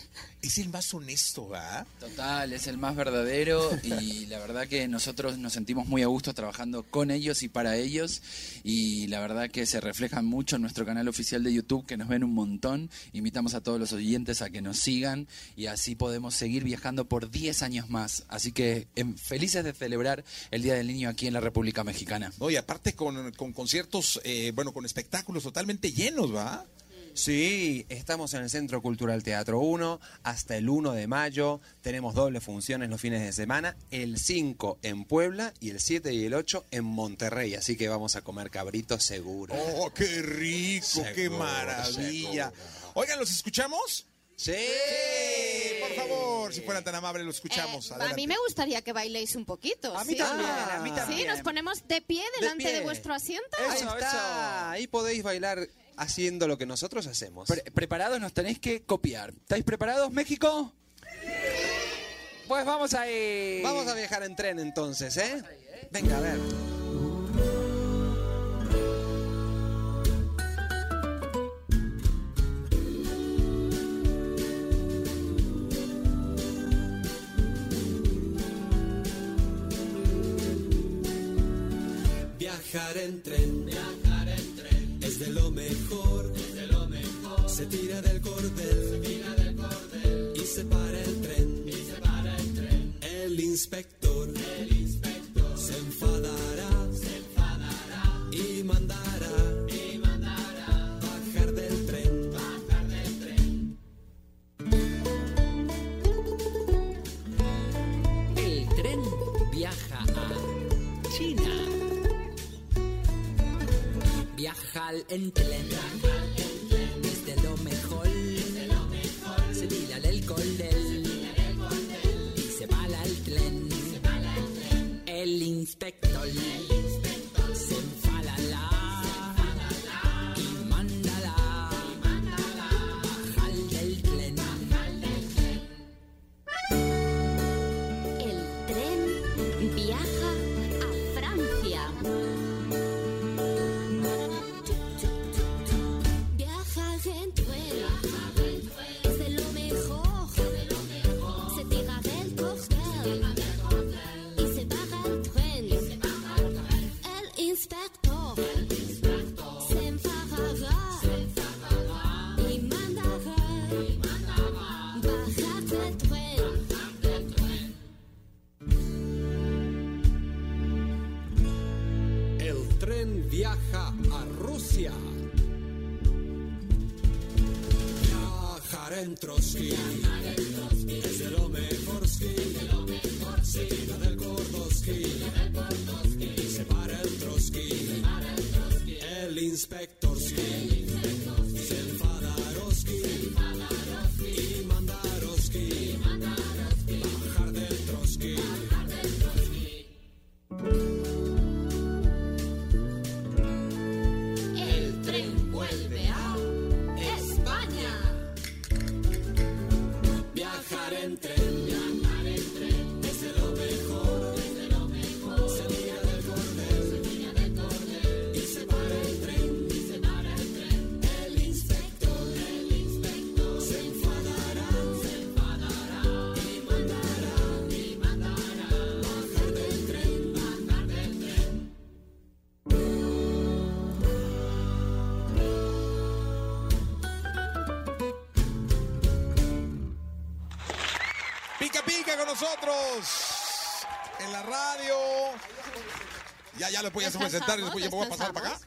Speaker 10: Es el más honesto, ¿verdad?
Speaker 12: Total, es el más verdadero y la verdad que nosotros nos sentimos muy a gusto trabajando con ellos y para ellos y la verdad que se reflejan mucho en nuestro canal oficial de YouTube que nos ven un montón. Invitamos a todos los oyentes a que nos sigan y así podemos seguir viajando por 10 años más. Así que em, felices de celebrar el Día del Niño aquí en la República Mexicana.
Speaker 10: No, y aparte con, con conciertos, eh, bueno, con espectáculos totalmente llenos, ¿va?
Speaker 13: Sí, estamos en el Centro Cultural Teatro 1 hasta el 1 de mayo. Tenemos dobles funciones los fines de semana, el 5 en Puebla y el 7 y el 8 en Monterrey. Así que vamos a comer cabrito seguro.
Speaker 2: ¡Oh, qué rico! ¡Qué
Speaker 13: Seguro,
Speaker 2: maravilla! Oigan, ¿los escuchamos? Sí. Por favor, si fueran tan amables, los escuchamos.
Speaker 11: Eh,
Speaker 14: A mí me gustaría que bailéis un poquito.
Speaker 2: A mí
Speaker 14: ¿sí?
Speaker 2: también, a mí
Speaker 14: Sí,
Speaker 2: también.
Speaker 14: nos ponemos de pie delante de,
Speaker 13: pie.
Speaker 14: vuestro asiento.
Speaker 13: Ahí está, ahí podéis bailar haciendo lo que nosotros hacemos.
Speaker 12: preparados nos tenéis que copiar. ¿Estáis preparados, México? Pues vamos ahí.
Speaker 13: Vamos a viajar en tren entonces, ¿eh? Venga, a ver.
Speaker 15: Viajar en tren, viajar en tren es de lo mejor, es de lo mejor. Se tira del cordel, se tira del cordel y se para el tren, y se para el tren. El inspector, el inspector se enfadará, se enfadará y mandará, y mandará bajar del tren, bajar del tren.
Speaker 16: El tren viaja a China. Viaja al- en tren. Es de lo mejor. Se tira del cordel. Y se bala el tren. El inspector. Se enfadará. Y mandará. Bajar del tren.
Speaker 11: El tren viaja a Francia. Viaja en tren, es de lo mejor. Se tira del cordel y se baja el tren. El inspector se enfadará y mandará bajar del tren.
Speaker 15: El tren viaja a Rusia. Viajar en Trotsky. Es de lo mejor ski. Se tira del Kordosky. Y se para el Trotsky. El inspector ski. Se enfadaroski. Y mandaroski. Bajar del Trotsky.
Speaker 16: El tren vuelve a España.
Speaker 15: Viajar en tren, viajar en tren, es de lo mejor, es de lo mejor. Se tira del cordel, se tira del cordel, y se para el tren, y se para el tren. El inspector, el inspector, se enfadará, se enfadará, y mandará, y mandará. Bajar del tren, bajar del tren.
Speaker 2: Pica pica con nosotros en la radio. Ya, ya lo voy a
Speaker 5: ¿Descansamos?
Speaker 2: presentar y después ya me voy a pasar para acá.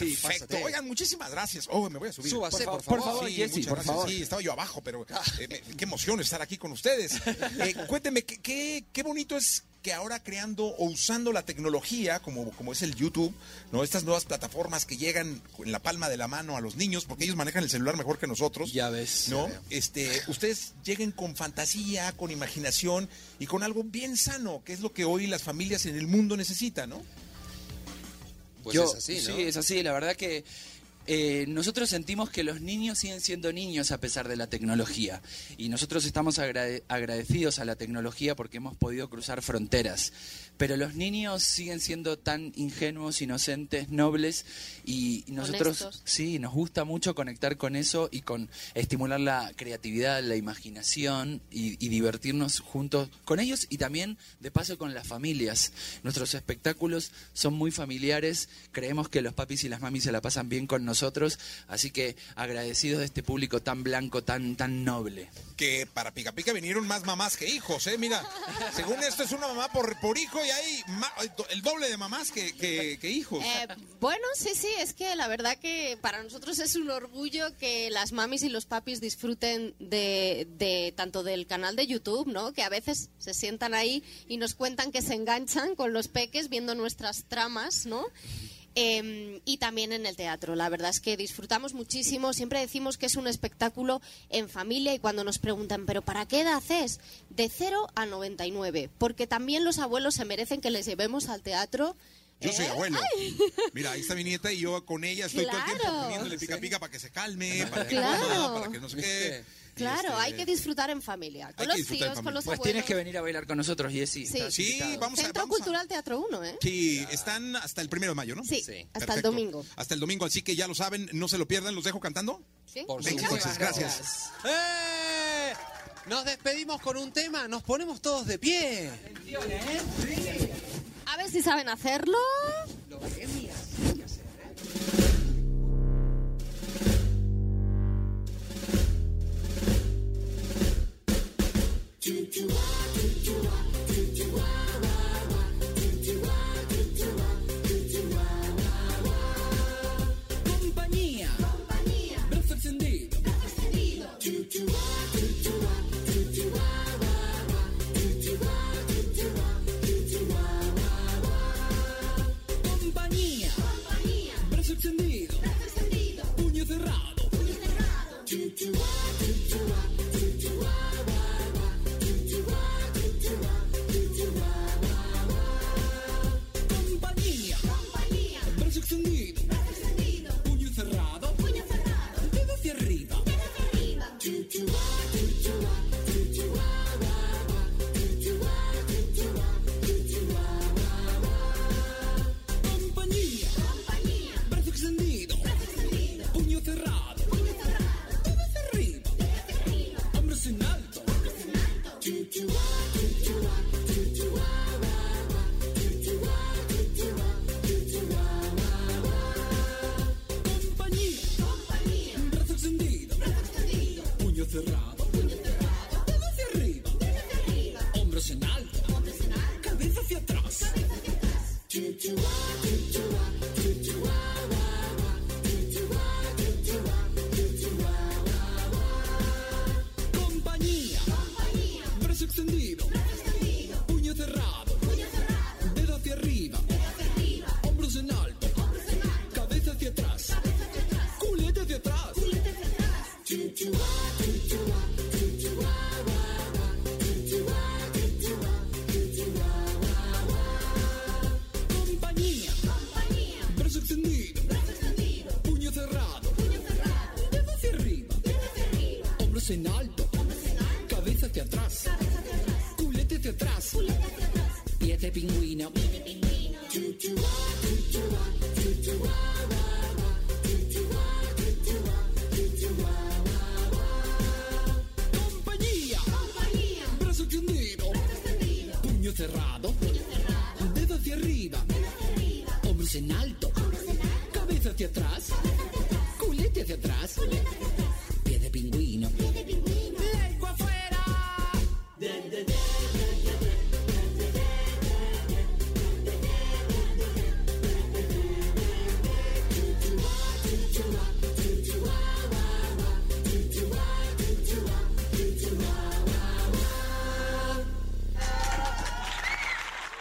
Speaker 5: Sí,
Speaker 2: Perfecto.
Speaker 5: pásate.
Speaker 2: Oigan, muchísimas gracias. Oh, me voy a subir.
Speaker 5: Súbase, por favor.
Speaker 2: Sí,
Speaker 5: Jessy,
Speaker 2: muchas
Speaker 5: por
Speaker 2: gracias.
Speaker 5: favor.
Speaker 2: Sí, estaba yo abajo, pero eh, me- qué emoción estar aquí con ustedes. Eh, cuéntenme, ¿qué, qué, qué bonito es que ahora creando o usando la tecnología, como, como es el YouTube, ¿no? Estas nuevas plataformas que llegan en la palma de la mano a los niños, porque ellos manejan el celular mejor que nosotros.
Speaker 12: Ya ves.
Speaker 2: ¿no? Este, ustedes lleguen con fantasía, con imaginación y con algo bien sano, que es lo que hoy las familias en el mundo necesitan, ¿no?
Speaker 13: Pues
Speaker 12: Yo-
Speaker 13: es así, ¿no?
Speaker 12: Sí, es así. La verdad que eh, nosotros sentimos que los niños siguen siendo niños a pesar de la tecnología. Y nosotros estamos agrade- agradecidos a la tecnología porque hemos podido cruzar fronteras. Pero los niños siguen siendo tan ingenuos, inocentes, nobles. Y nosotros,
Speaker 14: Honestos.
Speaker 12: sí, nos gusta mucho conectar con eso y con estimular la creatividad, la imaginación y, y divertirnos juntos con ellos y también, de paso, con las familias. Nuestros espectáculos son muy familiares. Creemos que los papis y las mamis se la pasan bien con nosotros. Así que agradecidos de este público tan blanco, tan, tan noble.
Speaker 10: Que para Pica Pica vinieron más mamás que hijos, ¿eh? Mira, según esto es una mamá por, por hijo y hay ma- el doble de mamás que, que- que hijos.
Speaker 11: Eh, bueno, sí, sí, es que la verdad que para nosotros es un orgullo que las mamis y los papis disfruten de, de tanto del canal de YouTube, ¿no? Que a veces se sientan ahí y nos cuentan que se enganchan con los peques viendo nuestras tramas, ¿no? Eh, y también en el teatro. La verdad es que disfrutamos muchísimo. Siempre decimos que es un espectáculo en familia y cuando nos preguntan, ¿pero para qué edad es? De 0 a 99. Porque también los abuelos se merecen que les llevemos al teatro.
Speaker 10: Yo soy
Speaker 11: ¿Eh?
Speaker 10: abuelo. Mira, ahí está mi nieta y yo con ella estoy todo el tiempo
Speaker 11: Claro.
Speaker 10: poniéndole pica pica para que se calme, para que
Speaker 11: Claro.
Speaker 10: coma, para que no sé qué.
Speaker 11: Claro,
Speaker 12: Este,
Speaker 11: hay que disfrutar en familia. Con los tíos, con los
Speaker 12: pues
Speaker 11: abuelos.
Speaker 12: tienes que venir a bailar con nosotros, Jessy.
Speaker 11: Sí.
Speaker 12: estás
Speaker 11: Sí,
Speaker 12: invitado.
Speaker 11: Centro Cultural Teatro 1, ¿eh?
Speaker 10: Sí, están hasta el primero de mayo, ¿no?
Speaker 11: Sí, hasta el
Speaker 10: Perfecto.
Speaker 11: domingo.
Speaker 10: Hasta el domingo, así que ya lo saben, no se lo pierdan, los dejo cantando.
Speaker 11: ¿Sí?
Speaker 10: Por
Speaker 17: Venga,
Speaker 10: supuesto.
Speaker 17: pues,
Speaker 10: Gracias.
Speaker 17: ¡Eh! Nos despedimos con un tema, nos ponemos todos de pie.
Speaker 15: ¿eh?
Speaker 11: A ver si saben hacerlo.
Speaker 15: Compañía. Compañía. Brazo extendido. Brazo extendido. Chuchuá, chuchuá, chuchuá, guá, guá. Chuchuá, chuchuá, chuchuá, guá, guá. Compañía. Compañía. Brazo extendido. Brazo extendido. Puño cerrado. Puño cerrado. Chuchuá, chuchuá, chuchuá, guá, guá. Chuchuá, chuchuá, chuchuá, guá, guá. Compañía. Compañía. Brazo extendido. Brazo extendido. Puño cerrado. Puño cerrado. Dedo hacia arriba. Dedo hacia arriba. Chuchuá, chuchuá, chuchuá, guá, guá. Chuchuá, chuchuá, chuchuá, guá, guá. Compañía. Compañía. Brazo extendido. Brazo extendido. Puño cerrado. Puño cerrado. Dedo hacia arriba. Dedo hacia arriba. Hombros en alto. Hombros en alto. Chuchuá, chuchuá, chuchuá, guá, guá. Chuchuá, chuchuá, chuchuá, guá, guá. Compañía. Compañía. Brazo extendido. Brazo extendido. Puño cerrado. Puño cerrado. Dedo hacia arriba. Dedo hacia arriba. Hombros en alto. Hombros en alto. Cabeza hacia atrás. Cabeza hacia atrás. Chuchuá, chuchuá, chuchuá, guá, guá. Chuchuá, chuchuá, chuchuá, guá, guá. Compañía. Compañía. Brazo extendido. Brazo extendido. Puño cerrado. Puño cerrado. Dedo hacia arriba. Dedo hacia arriba. Hombros en alto. Hombros en alto. Cabeza hacia atrás. Cabeza hacia atrás. Culete hacia atrás. Culete hacia atrás. Chuchuá, chuchuá, chuchuá, guá, guá. Chuchuá, chuchuá, chuchuá, guá, guá. Compañía. Compañía. Brazo extendido. Brazo extendido. Puño cerrado. Puño cerrado. Dedo hacia arriba. Dedo hacia arriba. Hombros en alto. Hombros en alto. Cabeza hacia atrás. Cabeza hacia atrás. Culete hacia atrás. Culete hacia atrás. Piete pingüino. Piete pingüino. Chuchuá, chuchuá, chuchuá, guá, guá. Chuchuá, chuchuá, chuchuá, guá, guá. Compañía. Compañía. Brazo extendido. Brazo extendido. Puño cerrado. Puño cerrado. Dedo hacia arriba. Dedo hacia arriba. Hombros en alto. Hombros en alto. Cabeza hacia atrás. Cabeza hacia atrás. Culete hacia atrás. Culete hacia atrás. Pie de pingüino. Pie de pingüino. Lengua afuera.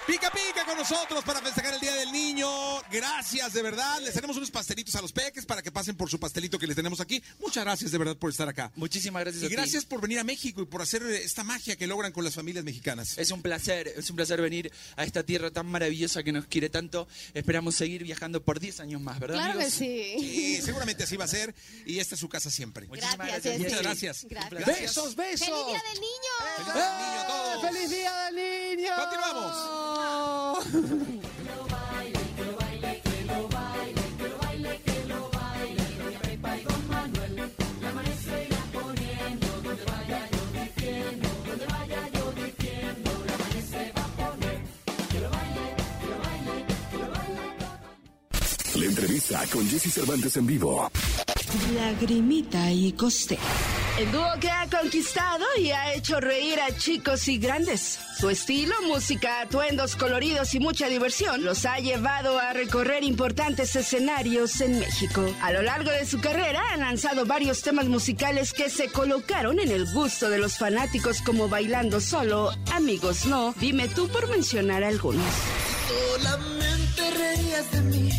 Speaker 10: Pica pica con nosotros para festejar el Día del Niño. Gracias, de verdad. Les tenemos unos pastelitos a los peques para que pasen por su pastelito que les tenemos aquí. Muchas gracias, de verdad, por estar acá.
Speaker 12: Muchísimas gracias
Speaker 10: Y
Speaker 12: a ti.
Speaker 10: gracias por venir a México y por hacer eh, esta magia que logran con las familias mexicanas.
Speaker 12: Es un placer, es un placer venir a esta tierra tan maravillosa que nos quiere tanto. Esperamos seguir viajando por 10 años más, ¿verdad?
Speaker 11: Claro que
Speaker 12: amigos?
Speaker 11: sí.
Speaker 10: Sí, seguramente así va a ser. Y esta es su casa siempre.
Speaker 11: Jessy.
Speaker 10: Muchas gracias.
Speaker 11: Gracias.
Speaker 10: Besos,
Speaker 11: besos. ¡Feliz Día del Niño!
Speaker 15: ¡Feliz día del niño! ¡Continuamos!
Speaker 1: La entrevista con Jesse Cervantes en vivo.
Speaker 7: Lagrimita y Coste. El dúo que ha conquistado y ha hecho reír a chicos y grandes. Su estilo, música, atuendos coloridos y mucha diversión los ha llevado a recorrer importantes escenarios en México. A lo largo de su carrera han lanzado varios temas musicales que se colocaron en el gusto de los fanáticos como Bailando Solo, Amigos No, Dime tú por mencionar algunos.
Speaker 15: Solamente reías de mí.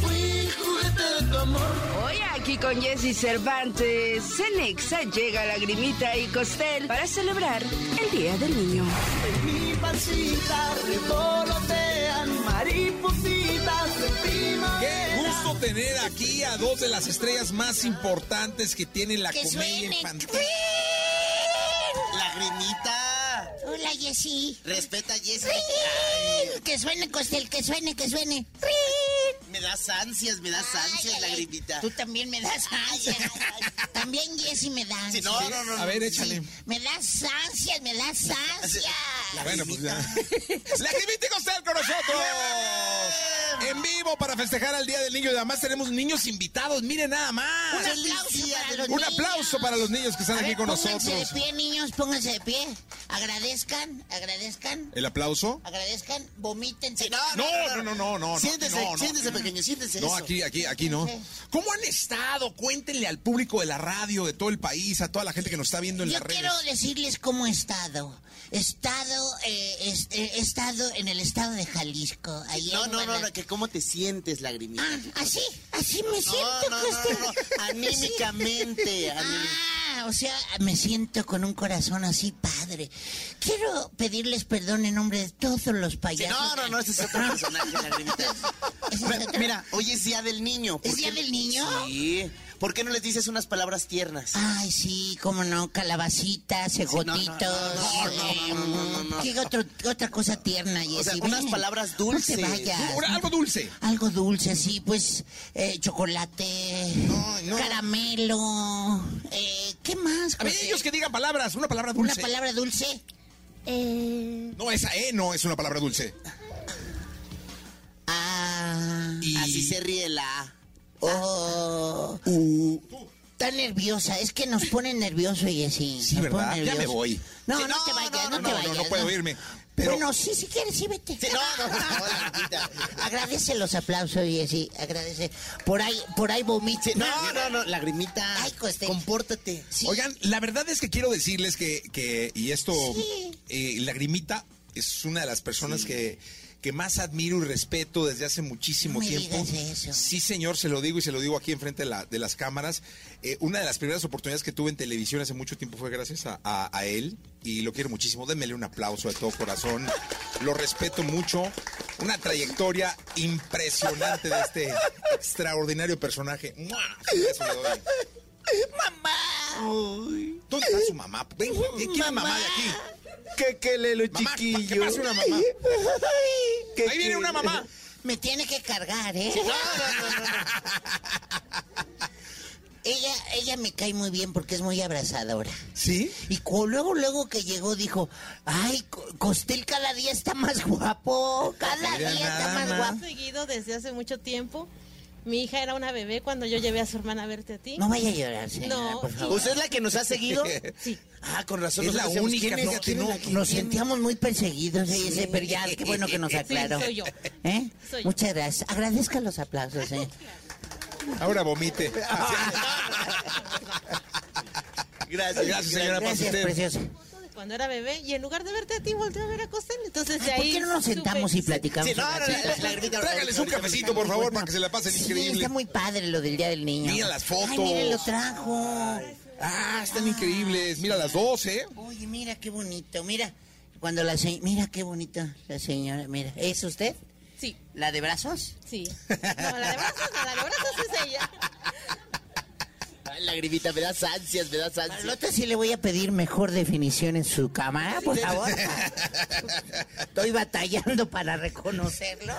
Speaker 15: Fui juguete de tu amor.
Speaker 7: Hoy aquí con Jesse Cervantes, Cenexa llega Lagrimita y Costel para celebrar el Día del Niño.
Speaker 15: En mi pancita revolotean maripositas de primavera.
Speaker 2: Qué gusto tener aquí a dos de las estrellas más importantes que tiene la
Speaker 15: Que
Speaker 2: comedia
Speaker 15: suene.
Speaker 2: infantil.
Speaker 18: Lagrimita.
Speaker 16: Hola, Jessy.
Speaker 18: Respeta, Jessy.
Speaker 16: ¡Rin! Que suene, Costel, que suene, que suene. ¡Rin!
Speaker 18: Me das ansias, me das ansias, Lagrimita.
Speaker 16: Tú también me das ansias. también Jessy me da ansias.
Speaker 18: no, no, no, no. A ver, échale.
Speaker 16: Me das ansias, me das ansias.
Speaker 2: Bueno, pues ya. La Jimita Costel con nosotros. En vivo para festejar al Día del Niño. Y además tenemos niños invitados. Miren nada
Speaker 18: Ah,
Speaker 2: más.
Speaker 16: Un aplauso para los
Speaker 2: Un
Speaker 16: niños.
Speaker 2: aplauso para los niños que están
Speaker 16: A
Speaker 2: aquí
Speaker 16: ver,
Speaker 2: con
Speaker 16: Pónganse
Speaker 2: nosotros.
Speaker 16: de pie, niños, pónganse de pie. Agradezcan, agradezcan,
Speaker 2: ¿El aplauso?
Speaker 16: agradezcan, vomítense.
Speaker 2: No, no, no, no, no.
Speaker 16: Siéntese,
Speaker 2: no, no.
Speaker 16: siéntese,
Speaker 18: pequeño, siéntese.
Speaker 2: No, aquí, aquí, aquí no. ¿Cómo han estado? Cuéntenle al público de la radio, de todo el país, a toda la gente que nos está viendo en
Speaker 16: Yo
Speaker 2: las redes.
Speaker 16: quiero decirles cómo he estado. He estado, eh, es- eh, he estado en el estado de Jalisco. Ahí
Speaker 18: No,
Speaker 16: en
Speaker 18: no, no,
Speaker 16: Guadalajara.
Speaker 18: no, que cómo te sientes, Lagrimita.
Speaker 16: Así, así me siento.
Speaker 18: no,
Speaker 16: Costel.
Speaker 18: no, no, anímicamente,
Speaker 16: Ah, o sea, me siento con un corazón así padre. Quiero pedirles perdón en nombre de todos los
Speaker 18: Sí,
Speaker 16: payasos.
Speaker 18: no, no, no, ese es otro personaje, Lagrimita. Mira, Mira, hoy es Día del Niño. ¿por
Speaker 16: ¿Es Día
Speaker 18: qué-
Speaker 16: del Niño?
Speaker 18: Sí. ¿Por qué no les dices unas palabras tiernas?
Speaker 16: Ay, sí, cómo no, calabacitas, cegotitos.
Speaker 18: no, no, no, no, no, no, no.
Speaker 16: ¿Qué otro- otra cosa tierna, y
Speaker 18: O sea, unas palabras dulces.
Speaker 16: No te vayas.
Speaker 18: Ahora, algo
Speaker 2: dulce.
Speaker 16: Algo dulce, sí, pues eh, chocolate, caramelo. eh, ¿Qué más?
Speaker 2: A ver,
Speaker 16: José?
Speaker 2: ellos que digan palabras, una palabra dulce.
Speaker 16: ¿Una palabra dulce? eh,
Speaker 2: No, esa E no es una palabra dulce.
Speaker 16: ah.
Speaker 18: Así Ah, se ríe la...
Speaker 16: Oh. Está nerviosa, es que nos pone nervioso, Jessy.
Speaker 2: Sí,
Speaker 16: nos pone
Speaker 2: ¿verdad? Ya me
Speaker 16: nervioso.
Speaker 2: voy.
Speaker 16: No, no, te vayas, no,
Speaker 2: no,
Speaker 16: te
Speaker 2: no,
Speaker 16: vayas.
Speaker 2: no puedo irme,
Speaker 16: Bueno, sí, si quieres, sí, vete. no, no, Agradece los aplausos, Jessy, agradece. Por ahí, por ahí vomite.
Speaker 18: No, no, no, Lagrimita.
Speaker 16: Ay, Costel.
Speaker 18: Compórtate.
Speaker 2: Oigan, la verdad es que quiero decirles que, que y esto,
Speaker 16: Sí.
Speaker 2: eh, Lagrimita es una de las personas que, que más admiro y respeto desde hace
Speaker 16: No
Speaker 2: muchísimo
Speaker 16: me
Speaker 2: tiempo.
Speaker 16: digas eso.
Speaker 2: Sí, señor, se lo digo y se lo digo aquí enfrente de, la- de las cámaras. Eh, una de las primeras oportunidades que tuve en televisión hace mucho tiempo fue gracias a, a- a él y lo quiero muchísimo. Démele un aplauso de todo corazón. Lo respeto mucho. Una trayectoria impresionante de este extraordinario personaje. ¡Mua! Eso le doy. ¿Dónde está su mamá? Ven, ¿quién es mamá de aquí?
Speaker 18: Que, que lelo,
Speaker 2: chiquillo. que pase una mamá. Ahí viene una mamá.
Speaker 16: Me tiene que cargar, ¿eh? Ella, ella me cae muy bien porque es muy abrazadora.
Speaker 2: ¿Sí?
Speaker 16: Y cu- luego, luego que llegó dijo, ay, Co- Costel cada día está más guapo, cada día
Speaker 2: Mira
Speaker 16: está
Speaker 2: nada
Speaker 16: más
Speaker 2: más.
Speaker 16: guapo.
Speaker 19: seguido desde hace mucho tiempo. Mi hija era una bebé cuando yo llevé a su hermana a verte a ti.
Speaker 16: No vaya a llorar, señora,
Speaker 19: No.
Speaker 16: por favor.
Speaker 18: ¿Usted es la que nos ha seguido?
Speaker 19: Sí.
Speaker 18: Ah, con razón.
Speaker 16: Es la
Speaker 18: nosotros decíamos,
Speaker 16: única,
Speaker 18: ¿quién es?
Speaker 16: no,
Speaker 18: ¿Quién es la
Speaker 16: nos
Speaker 18: que-
Speaker 16: sentíamos muy perseguidos, sí, sí, pero ya, qué bueno que nos
Speaker 18: Sí,
Speaker 16: aclaró.
Speaker 18: soy yo.
Speaker 16: ¿Eh?
Speaker 18: Soy yo.
Speaker 16: Muchas gracias. Agradezca los aplausos, ¿eh? señor.
Speaker 2: Ahora vomite.
Speaker 18: Gracias,
Speaker 2: Gracias, señora.
Speaker 16: Gracias,
Speaker 2: pase usted.
Speaker 16: preciosa.
Speaker 19: Cuando era bebé y en lugar de verte a ti volteé a ver a Costel. Entonces de
Speaker 16: ¿Por
Speaker 19: ahí
Speaker 16: qué no nos
Speaker 19: supe-
Speaker 16: sentamos y platicamos?
Speaker 19: Sí, no,
Speaker 16: un
Speaker 19: no, no,
Speaker 16: ratito?
Speaker 19: la- la- la-
Speaker 2: Tráigales un cafecito, por favor, para que se la pasen
Speaker 16: Sí,
Speaker 2: increíble.
Speaker 16: está muy padre lo del Día del Niño.
Speaker 2: Mira las
Speaker 16: Ay,
Speaker 2: fotos.
Speaker 16: miren, lo trajo.
Speaker 2: Ah, están increíbles. Mira las dos, ¿eh?
Speaker 16: Oye, mira qué bonito, mira. Cuando la se- Mira qué bonito la señora, mira. ¿Es usted?
Speaker 19: Sí.
Speaker 16: ¿La de brazos?
Speaker 19: Sí. No, la de brazos, no, la de brazos es ella.
Speaker 18: Lagrimita, me das ansias, me das ansias.
Speaker 16: Carlota, sí le voy a pedir mejor definición en su cámara, Ah, por favor. Estoy batallando para reconocerlos.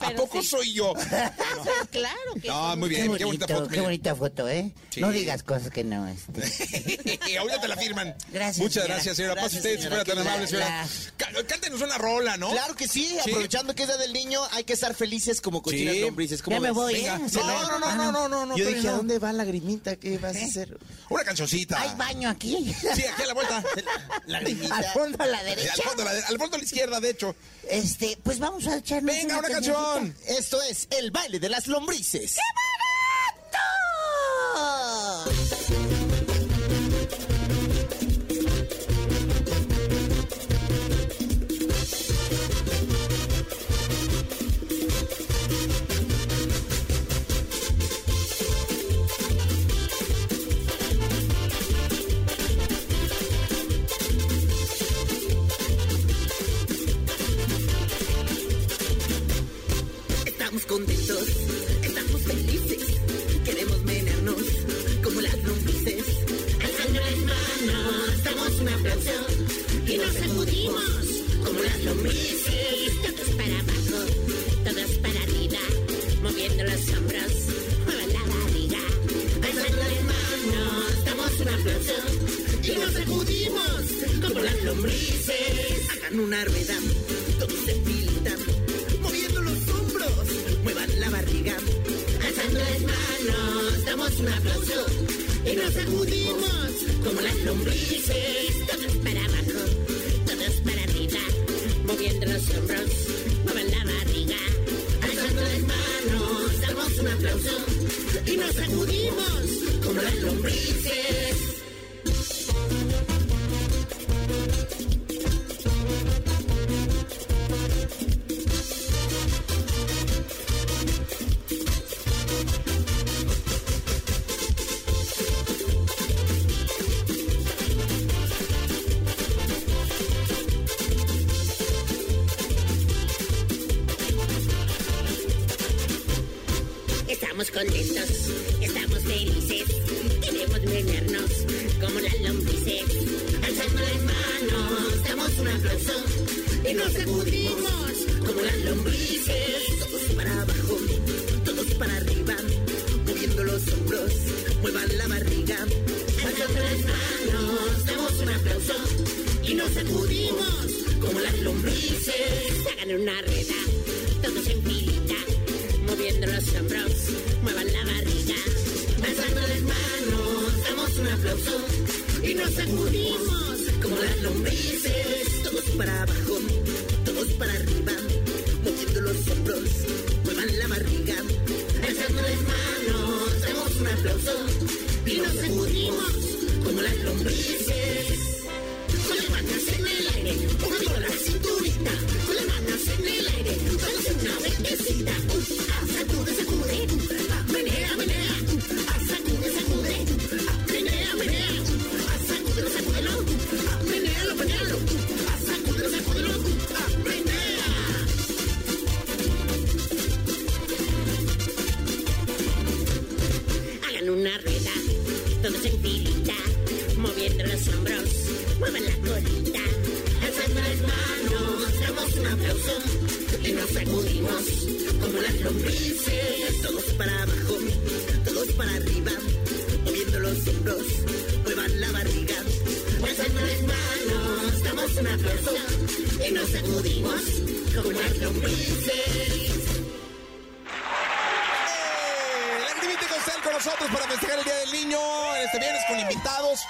Speaker 2: ¿A poco soy yo?
Speaker 16: claro
Speaker 2: que No, sí. muy bien, qué bonita foto,
Speaker 16: Qué
Speaker 2: mira.
Speaker 16: bonita foto, ¿eh?
Speaker 2: Sí.
Speaker 16: No digas cosas que no este. es.
Speaker 2: Ahorita te la firman.
Speaker 16: Gracias,
Speaker 2: Muchas
Speaker 16: señora.
Speaker 2: gracias, señora.
Speaker 16: Gracias,
Speaker 2: Pase usted, si
Speaker 16: señora.
Speaker 2: fuera tan
Speaker 16: Que la-
Speaker 2: amable, señora. Cá- Cántenos una rola, ¿no?
Speaker 18: Claro que sí, aprovechando que es Día del niño, hay que estar felices como cochinas
Speaker 2: Sí.
Speaker 18: lombrices. ¿Cómo
Speaker 2: Ya me
Speaker 18: ves?
Speaker 2: voy,
Speaker 18: Venga.
Speaker 2: ¿eh? Se ve.
Speaker 18: No, no,
Speaker 2: Ah,
Speaker 18: no, no, no, no, no.
Speaker 2: yo
Speaker 18: todavía
Speaker 2: dije, ¿a
Speaker 18: no.
Speaker 2: dónde
Speaker 18: va lagrimita? ¿Qué vas a hacer?
Speaker 2: Una cancioncita.
Speaker 16: ¿Hay ¿Eh? baño aquí?
Speaker 2: Sí, aquí a la vuelta. Lagrimita.
Speaker 16: Al fondo a la derecha.
Speaker 2: Al fondo a la, de- al fondo a la izquierda, de hecho.
Speaker 16: Este, pues vamos a echarnos
Speaker 18: Venga, una canción. Esto es el baile de las lombrices.
Speaker 20: Estamos contentos, estamos felices, queremos venirnos como las lombrices. Alzando las manos, damos un aplauso y nos sacudimos como las lombrices. Todos para abajo, todos para arriba, moviendo los hombros, muevan la barriga. Alzando las manos, damos un aplauso y nos sacudimos como las lombrices. Hagan una rueda, todos se pintan, moviendo los hombros, muevan la barriga. Alzando las manos, damos un aplauso y nos sacudimos como las lombrices. Todos para abajo, todos para arriba, moviendo los hombros, muevan la barriga. Alzando las manos, damos un aplauso y nos sacudimos como las lombrices. Estamos contentos, estamos felices, queremos venirnos como las lombrices. Alzando las manos, damos un aplauso y nos sacudimos como las lombrices. Todos para abajo, todos para arriba, moviendo los hombros, muevan la barriga. Alzando las manos, damos un aplauso y nos sacudimos como las lombrices. Hagan una reda, todos en filita moviendo los hombros, muevan la barriga, alzando las manos, damos un aplauso y nos sacudimos como las lombrices, todos para abajo, todos para arriba, moviendo los hombros, muevan la barriga, alzando las manos, damos un aplauso y nos sacudimos como las lombrices. Con las manos en el aire, moviendo la cinturita, con las manos en el aire, damos una vueltecita. Ah, sacude, sacude, Ah, menea, menea, Ah, sacude, sacude, Ah, menea, menea, Ah, sacúdelo, sacúdelo, Ah, menéalo, menéalo, Ah, sacúdelo, sacúdelo, Ah, menea. Hagan una rueda, todos en filita, moviendo los hombros, muevan la colita, alzando las manos, damos un aplauso y nos sacudimos como las lombrices, todos para abajo, todos para arriba, moviendo los hombros, muevan la barriga, alzando las manos, damos un aplauso y nos sacudimos como las lombrices.
Speaker 2: Eh, Lagrimita y Costel con nosotros para festejar el Día del Niño este viernes con invitados.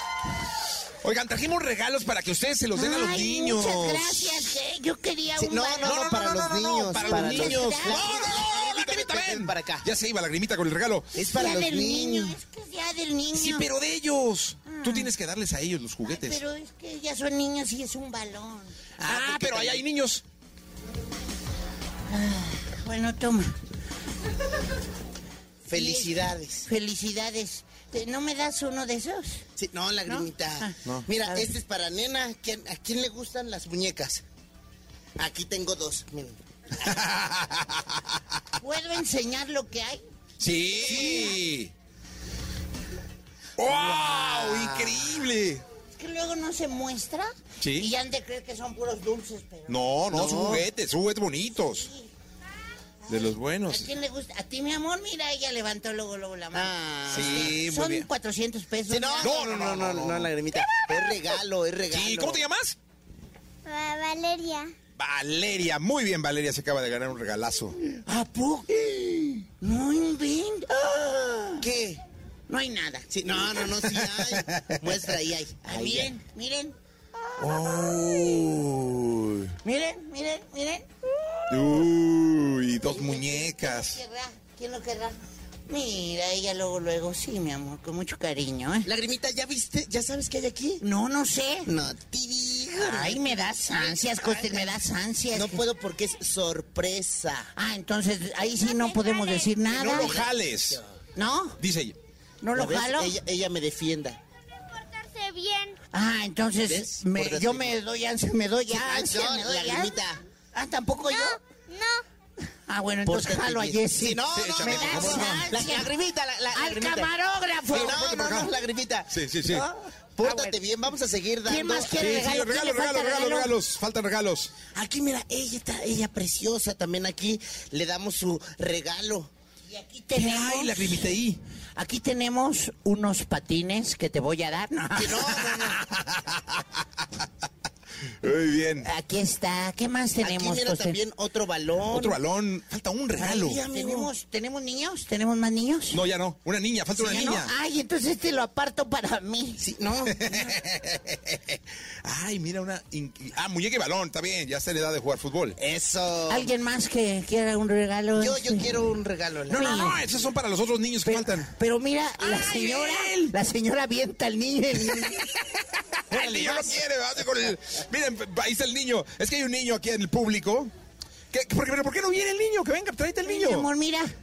Speaker 2: Oigan, trajimos regalos para que ustedes se los den a los
Speaker 16: Ay,
Speaker 2: niños.
Speaker 16: Muchas gracias. eh, Yo quería
Speaker 18: Sí,
Speaker 16: un
Speaker 18: no,
Speaker 16: varón.
Speaker 18: no, no, para los niños.
Speaker 2: para los niños.
Speaker 18: Gracias.
Speaker 2: No, no, no, Lagrimita, ven. Para acá. Ya se iba Lagrimita con el regalo.
Speaker 18: Es para
Speaker 16: Día
Speaker 18: los
Speaker 16: del niño,
Speaker 18: niños.
Speaker 16: es que es día del niño.
Speaker 2: Sí, pero de ellos. Tú tienes que darles a ellos los juguetes.
Speaker 16: Pero es que ya son niños y es un balón.
Speaker 2: Ah, pero ahí hay niños. Ah.
Speaker 16: Bueno, toma.
Speaker 18: Felicidades.
Speaker 16: Felicidades. Te- ¿No me das uno de esos?
Speaker 18: Sí, no, lagrimita.
Speaker 16: No. Ah. A
Speaker 18: Mira,
Speaker 16: ver.
Speaker 18: este es para nena. ¿A quién, a quién le gustan las muñecas? Aquí tengo dos, miren.
Speaker 16: ¿Puedo enseñar lo que hay?
Speaker 2: Sí. ¡Wow! ¡Increíble!
Speaker 16: Es que luego no se muestra
Speaker 2: Sí.
Speaker 16: y ya han de creer que son puros dulces, pero...
Speaker 2: No, no,
Speaker 16: No.
Speaker 2: son juguetes, son juguetes bonitos. De los
Speaker 16: ¿A
Speaker 2: buenos.
Speaker 16: quién le gusta? A ti, mi amor, mira, ella levantó luego, luego la mano.
Speaker 18: Ah,
Speaker 2: sí, muy
Speaker 16: Son
Speaker 2: bien.
Speaker 16: 400 pesos.
Speaker 2: no, No, no, no, no, no, no,
Speaker 16: lagrimita. Es regalo, es regalo.
Speaker 2: ¿Y cómo te llamas?
Speaker 18: Valeria.
Speaker 2: Valeria. Muy bien, Valeria se acaba de ganar un regalazo.
Speaker 16: ¿A poco? No inventes. ¿Qué? No hay nada. no, no, no, sí hay. Muestra, ahí hay.
Speaker 15: Ahí
Speaker 16: miren, miren,
Speaker 2: Uy.
Speaker 16: miren, miren, miren.
Speaker 2: Uy, dos muñecas.
Speaker 16: ¿Quién lo querrá? ¿Quién lo querrá? Mira, ella luego, luego, sí, mi amor, con mucho cariño, ¿eh? Lagrimita, ¿ya viste? ¿Ya sabes qué hay aquí? No, no sé. No, Ay, me das ansias, Costel, me das ansias. No puedo porque es sorpresa. Ah, entonces ahí sí no podemos decir nada.
Speaker 2: No lo jales.
Speaker 16: ¿No?
Speaker 2: Dice ella.
Speaker 16: ¿No lo
Speaker 2: ¿La ves?
Speaker 16: jalo?
Speaker 2: Ella-
Speaker 16: me defienda.
Speaker 18: Portarse bien.
Speaker 16: Ah, entonces
Speaker 18: ¿Ves?
Speaker 16: me-
Speaker 18: Pórtate
Speaker 16: yo
Speaker 18: bien.
Speaker 16: me doy ansia, me doy
Speaker 18: Ay,
Speaker 16: ansia,
Speaker 18: no,
Speaker 16: me ¿eh? doy
Speaker 18: Lagrimita.
Speaker 16: ansia. Ah, ¿tampoco yo? No. Ah, bueno, entonces
Speaker 18: Pórtate
Speaker 16: jalo a
Speaker 18: bien.
Speaker 16: Jessy.
Speaker 18: Sí, no, no,
Speaker 16: me
Speaker 18: me
Speaker 16: das
Speaker 18: das
Speaker 16: ansia.
Speaker 18: La lagrimita, la, la
Speaker 16: Al
Speaker 18: lagrimita.
Speaker 16: camarógrafo.
Speaker 18: Sí, no, no, no, lagrimita.
Speaker 2: Sí, sí, sí.
Speaker 18: ¿No? Pórtate bien, vamos a seguir dando.
Speaker 2: Sí, sí, regalos, regalos, regalos, regalos. Faltan regalos.
Speaker 18: Aquí, mira, ella está, ella preciosa también aquí. Le damos su regalo.
Speaker 16: Aquí tenemos, Aquí tenemos unos patines que te voy a dar. No.
Speaker 2: Muy bien.
Speaker 16: Aquí está. ¿Qué más tenemos?
Speaker 18: mira,
Speaker 16: José?
Speaker 18: también otro balón.
Speaker 2: Otro balón. Falta un regalo.
Speaker 16: Ay, amigo. ¿Tenemos, ¿Tenemos niños? ¿Tenemos más niños?
Speaker 2: No, ya no. Una niña, falta una
Speaker 16: Sí, ¿no?
Speaker 2: niña.
Speaker 16: Ay, entonces te lo aparto para mí. no.
Speaker 2: Ay, mira una. in- Ah, muñeca y balón, está bien, ya se le da de jugar fútbol.
Speaker 18: Eso.
Speaker 16: ¿Alguien más que quiera un regalo?
Speaker 18: Yo, yo
Speaker 16: Este.
Speaker 18: quiero un regalo.
Speaker 2: No, no, no, esos son para los otros niños que faltan.
Speaker 16: Pero mira, la señora, la señora avienta al niño.
Speaker 2: El niño no quiere, ¿verdad? Con el- Miren, ahí está el niño. Es que hay un niño aquí en el público. ¿Qué- qué- por qué- pero ¿por qué no viene el niño? Que venga, tráete el
Speaker 16: Mi amor,
Speaker 2: niño.
Speaker 16: mira.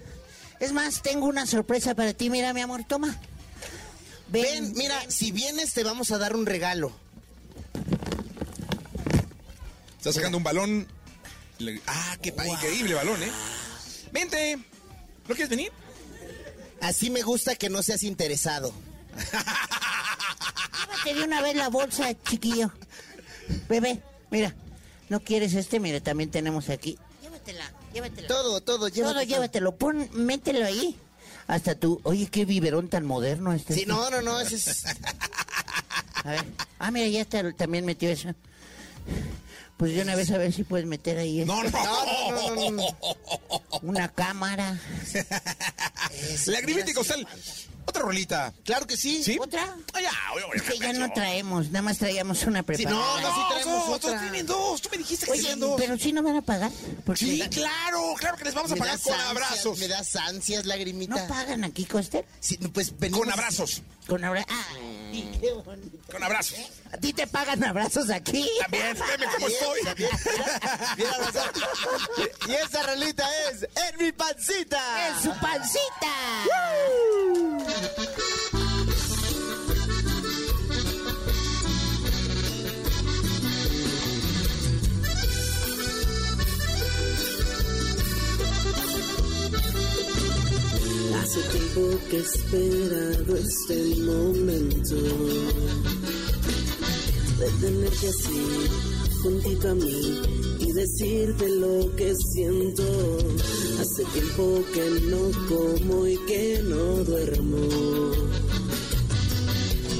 Speaker 16: Es más, tengo una sorpresa para ti. Mira, mi amor, toma.
Speaker 18: Ven, mira, si vienes te vamos a dar un regalo.
Speaker 2: Está sacando un balón. Le- Ah, qué pa- increíble balón, ¿eh? Vente. ¿No quieres venir?
Speaker 18: Así me gusta que no seas interesado.
Speaker 16: Te di una vez la bolsa, chiquillo. Bebé, mira. ¿No quieres este? Mira, también tenemos aquí. Llévatela, llévatela.
Speaker 18: Todo, todo, llévatela.
Speaker 16: Todo, llévatelo. Pon, mételo ahí. Hasta tú. Oye, qué biberón tan moderno este.
Speaker 18: Sí, no, no, no, ese es...
Speaker 16: A ver. Ah, mira, ya está- también metió eso. Pues de una vez a ver si puedes meter ahí. este. esto.
Speaker 18: No, no, no, no, no.
Speaker 16: Una cámara.
Speaker 2: Lagrimita y costal. Otra rolita.
Speaker 18: Claro que sí.
Speaker 2: ¿Sí?
Speaker 16: ¿Otra?
Speaker 2: Ah, ya, oye, oye,
Speaker 16: Es que ya
Speaker 2: macho.
Speaker 16: no traemos, nada más traíamos una preparada.
Speaker 2: no, no, sí traemos
Speaker 18: no,
Speaker 2: otra.
Speaker 18: tú
Speaker 2: tienen dos, tú me dijiste que
Speaker 16: Oye,
Speaker 2: tenían dos.
Speaker 16: pero sí nos van a pagar. Porque
Speaker 2: Sí, claro, claro que les vamos a
Speaker 18: Me
Speaker 2: pagar
Speaker 18: das
Speaker 2: con
Speaker 18: ansias,
Speaker 2: abrazos.
Speaker 18: Me das ansias, lagrimita.
Speaker 16: ¿No pagan aquí, Coster?
Speaker 18: Sí, no, pues venimos...
Speaker 2: Con abrazos.
Speaker 16: Con abra- Ay, qué bonito.
Speaker 2: Con abrazos.
Speaker 16: ¿A ti te pagan abrazos aquí?
Speaker 2: También, veme cómo estoy.
Speaker 18: Bien abrazado. y esa rolita es En mi pancita.
Speaker 16: ¡En su pancita!
Speaker 15: Hace tiempo que he esperado este momento de tenerte así, juntito a mí y decirte lo que siento. Hace tiempo que no como y que no duermo.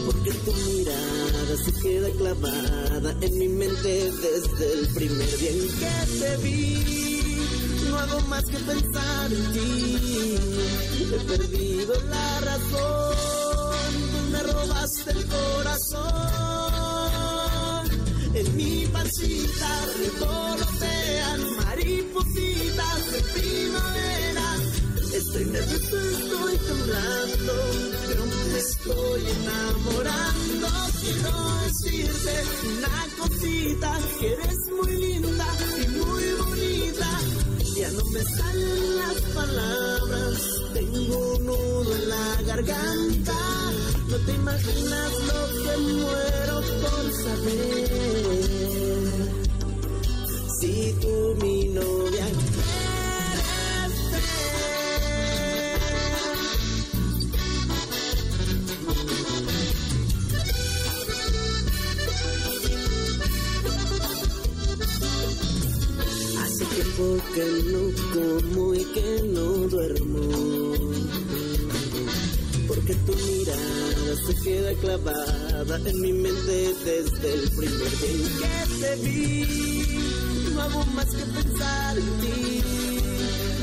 Speaker 15: Porque tu mirada se queda clavada en mi mente desde el primer día en que te vi. No hago más que pensar en ti. He perdido la razón. Tú me robaste el corazón. En mi pancita revolotean maripositas de primavera. Estoy nervioso, estoy temblando, pero me estoy enamorando. Quiero decirte una cosita, que eres muy linda y muy bonita. Ya no me salen las palabras, tengo un nudo en la garganta. No te imaginas lo que muero por saber. Si tú mi novia quieres ser. tiempo que no como y que no duermo. Porque tu mirada se queda clavada en mi mente desde el primer día en que te vi. No hago más que pensar en ti.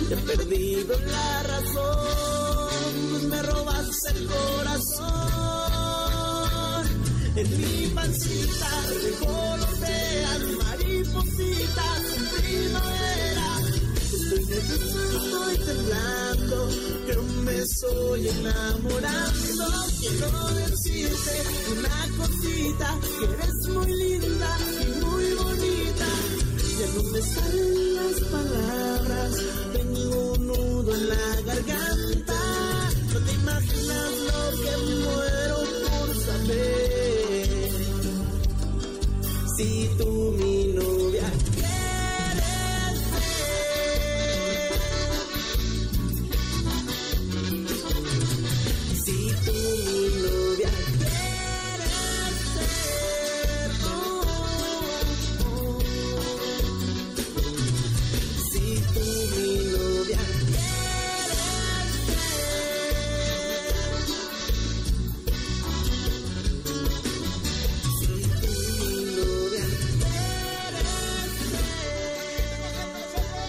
Speaker 15: Te he perdido la razón, pues me robas el corazón. En mi pancita revolotean maripositas en primavera. Estoy nervioso, estoy temblando, yo me estoy enamorando. Quiero decirte una cosita, que eres muy linda y muy bonita. Ya no me salen las palabras, tengo un nudo en la garganta. No te imaginas lo que muero por saber. Si tú mi novia quieres ser. Si tú mi novia quieres ser. oh, oh, oh. Si tú mi novia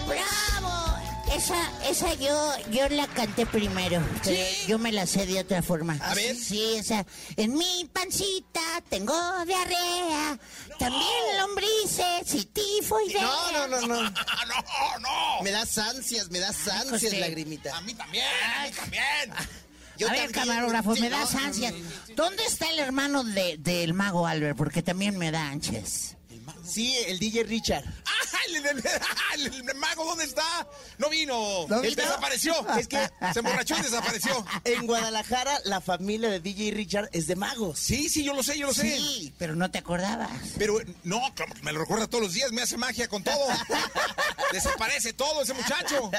Speaker 16: ¡Bravo! Esa, esa yo, yo la canté primero. pero Yo me la sé de otra forma. A ver. Sí, esa. En mi pancita tengo diarrea. También lombrices y tifo y
Speaker 18: No, no, no, no.
Speaker 16: no, no.
Speaker 18: Me das ansias, me das ansias,
Speaker 16: José.
Speaker 18: lagrimita. A mí también, a mí también.
Speaker 16: a ver, camarógrafo, me das ansias. ¿Dónde está el hermano de- del mago Albert? Porque también me da ansias.
Speaker 18: Sí, el DJ Richard.
Speaker 2: ¡Ah, el, el- el- el mago dónde está! ¡No vino! ¡Él desapareció!
Speaker 18: Es que
Speaker 2: se emborrachó y desapareció.
Speaker 18: En Guadalajara, la familia de DJ Richard es de magos.
Speaker 2: Sí, sí, yo lo sé, yo lo sé.
Speaker 18: Sí,
Speaker 16: pero no te acordabas.
Speaker 2: Pero eh, no, claro que me lo recuerda todos los días, me hace magia con todo. Desaparece todo ese muchacho.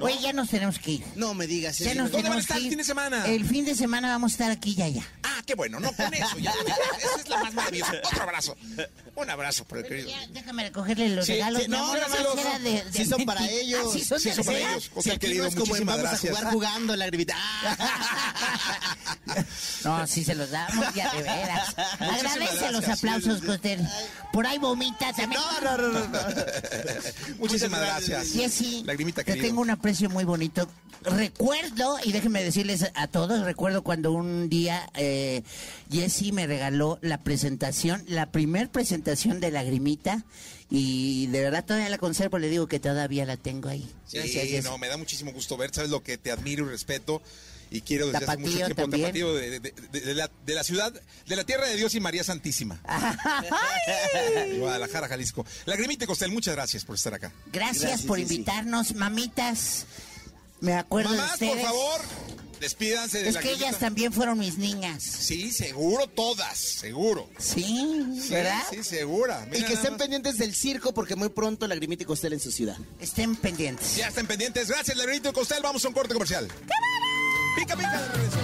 Speaker 16: Oye, ya nos tenemos que ir.
Speaker 18: No me digas
Speaker 16: Ya nos
Speaker 2: ¿Dónde van
Speaker 16: tenemos
Speaker 2: a estar
Speaker 16: que
Speaker 2: el
Speaker 16: ir.
Speaker 2: fin de semana?
Speaker 16: El fin de semana vamos a estar aquí ya, ya.
Speaker 2: Ah, qué bueno, no con eso, ya. Esa es la más maravillosa. Otro abrazo. Un abrazo por el querido.
Speaker 16: Déjame recogerle los
Speaker 2: Sí,
Speaker 16: regalos.
Speaker 2: sí,
Speaker 16: mi
Speaker 2: no,
Speaker 16: amor,
Speaker 2: no, no,
Speaker 16: esa
Speaker 2: no,
Speaker 16: era de- de-
Speaker 18: Sí son para
Speaker 16: Ah,
Speaker 18: ellos.
Speaker 16: sí son, de
Speaker 2: para
Speaker 16: verdad.
Speaker 2: ellos.
Speaker 18: Sí,
Speaker 2: José,
Speaker 18: aquí
Speaker 2: querido,
Speaker 18: no es como en
Speaker 2: muchísimas
Speaker 18: vamos
Speaker 2: gracias. Ah,
Speaker 18: a jugar jugando, lagrimita.
Speaker 16: No, sí se los damos, ya de veras.
Speaker 18: Muchísimas
Speaker 16: Agradece los
Speaker 18: gracias.
Speaker 16: aplausos, Coster. Por ahí vomita también.
Speaker 18: No, no, no, no.
Speaker 2: Muchísimas gracias.
Speaker 16: Jessy,
Speaker 2: Lagrimita
Speaker 16: Yo
Speaker 2: querido.
Speaker 16: tengo un aprecio muy bonito. Recuerdo, y déjenme decirles a todos, recuerdo cuando un día eh, Jessy me regaló la presentación, la primer presentación de Lagrimita, y de verdad todavía la conservo, le digo que todavía la tengo ahí.
Speaker 2: Sí,
Speaker 16: Gracias, Jessy.
Speaker 2: no, me da muchísimo gusto ver, sabes lo que te admiro y respeto y quiero desde hace mucho
Speaker 16: Tapatío
Speaker 2: tiempo
Speaker 16: también.
Speaker 2: tapatío de, de- de- de la, de la ciudad, de la tierra de Dios y María Santísima. Guadalajara, Jalisco. Lagrimita y Costel, muchas gracias por estar acá.
Speaker 16: Gracias, por invitarnos, mamitas. Me acuerdo de
Speaker 2: Mamás,
Speaker 16: ustedes.
Speaker 2: por favor, despídanse de
Speaker 16: es
Speaker 2: la
Speaker 16: que ellas también fueron mis niñas.
Speaker 2: Sí, seguro todas, seguro.
Speaker 16: Sí,
Speaker 18: ¿verdad?
Speaker 2: Sí, segura.
Speaker 18: Y
Speaker 2: Mira
Speaker 18: que
Speaker 2: nada
Speaker 18: estén
Speaker 2: más.
Speaker 18: pendientes del circo porque muy pronto Lagrimita y Costel en su ciudad.
Speaker 16: Estén pendientes.
Speaker 2: Ya estén pendientes. Gracias, Lagrimita y Costel. Vamos a un corte comercial. Pica, pica de regreso.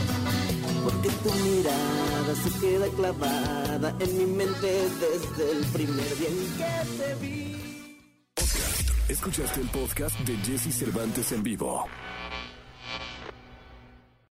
Speaker 15: Porque tu mirada se queda clavada en mi mente desde el primer día en que te vi.
Speaker 1: Escuchaste el podcast de Jesse Cervantes en vivo.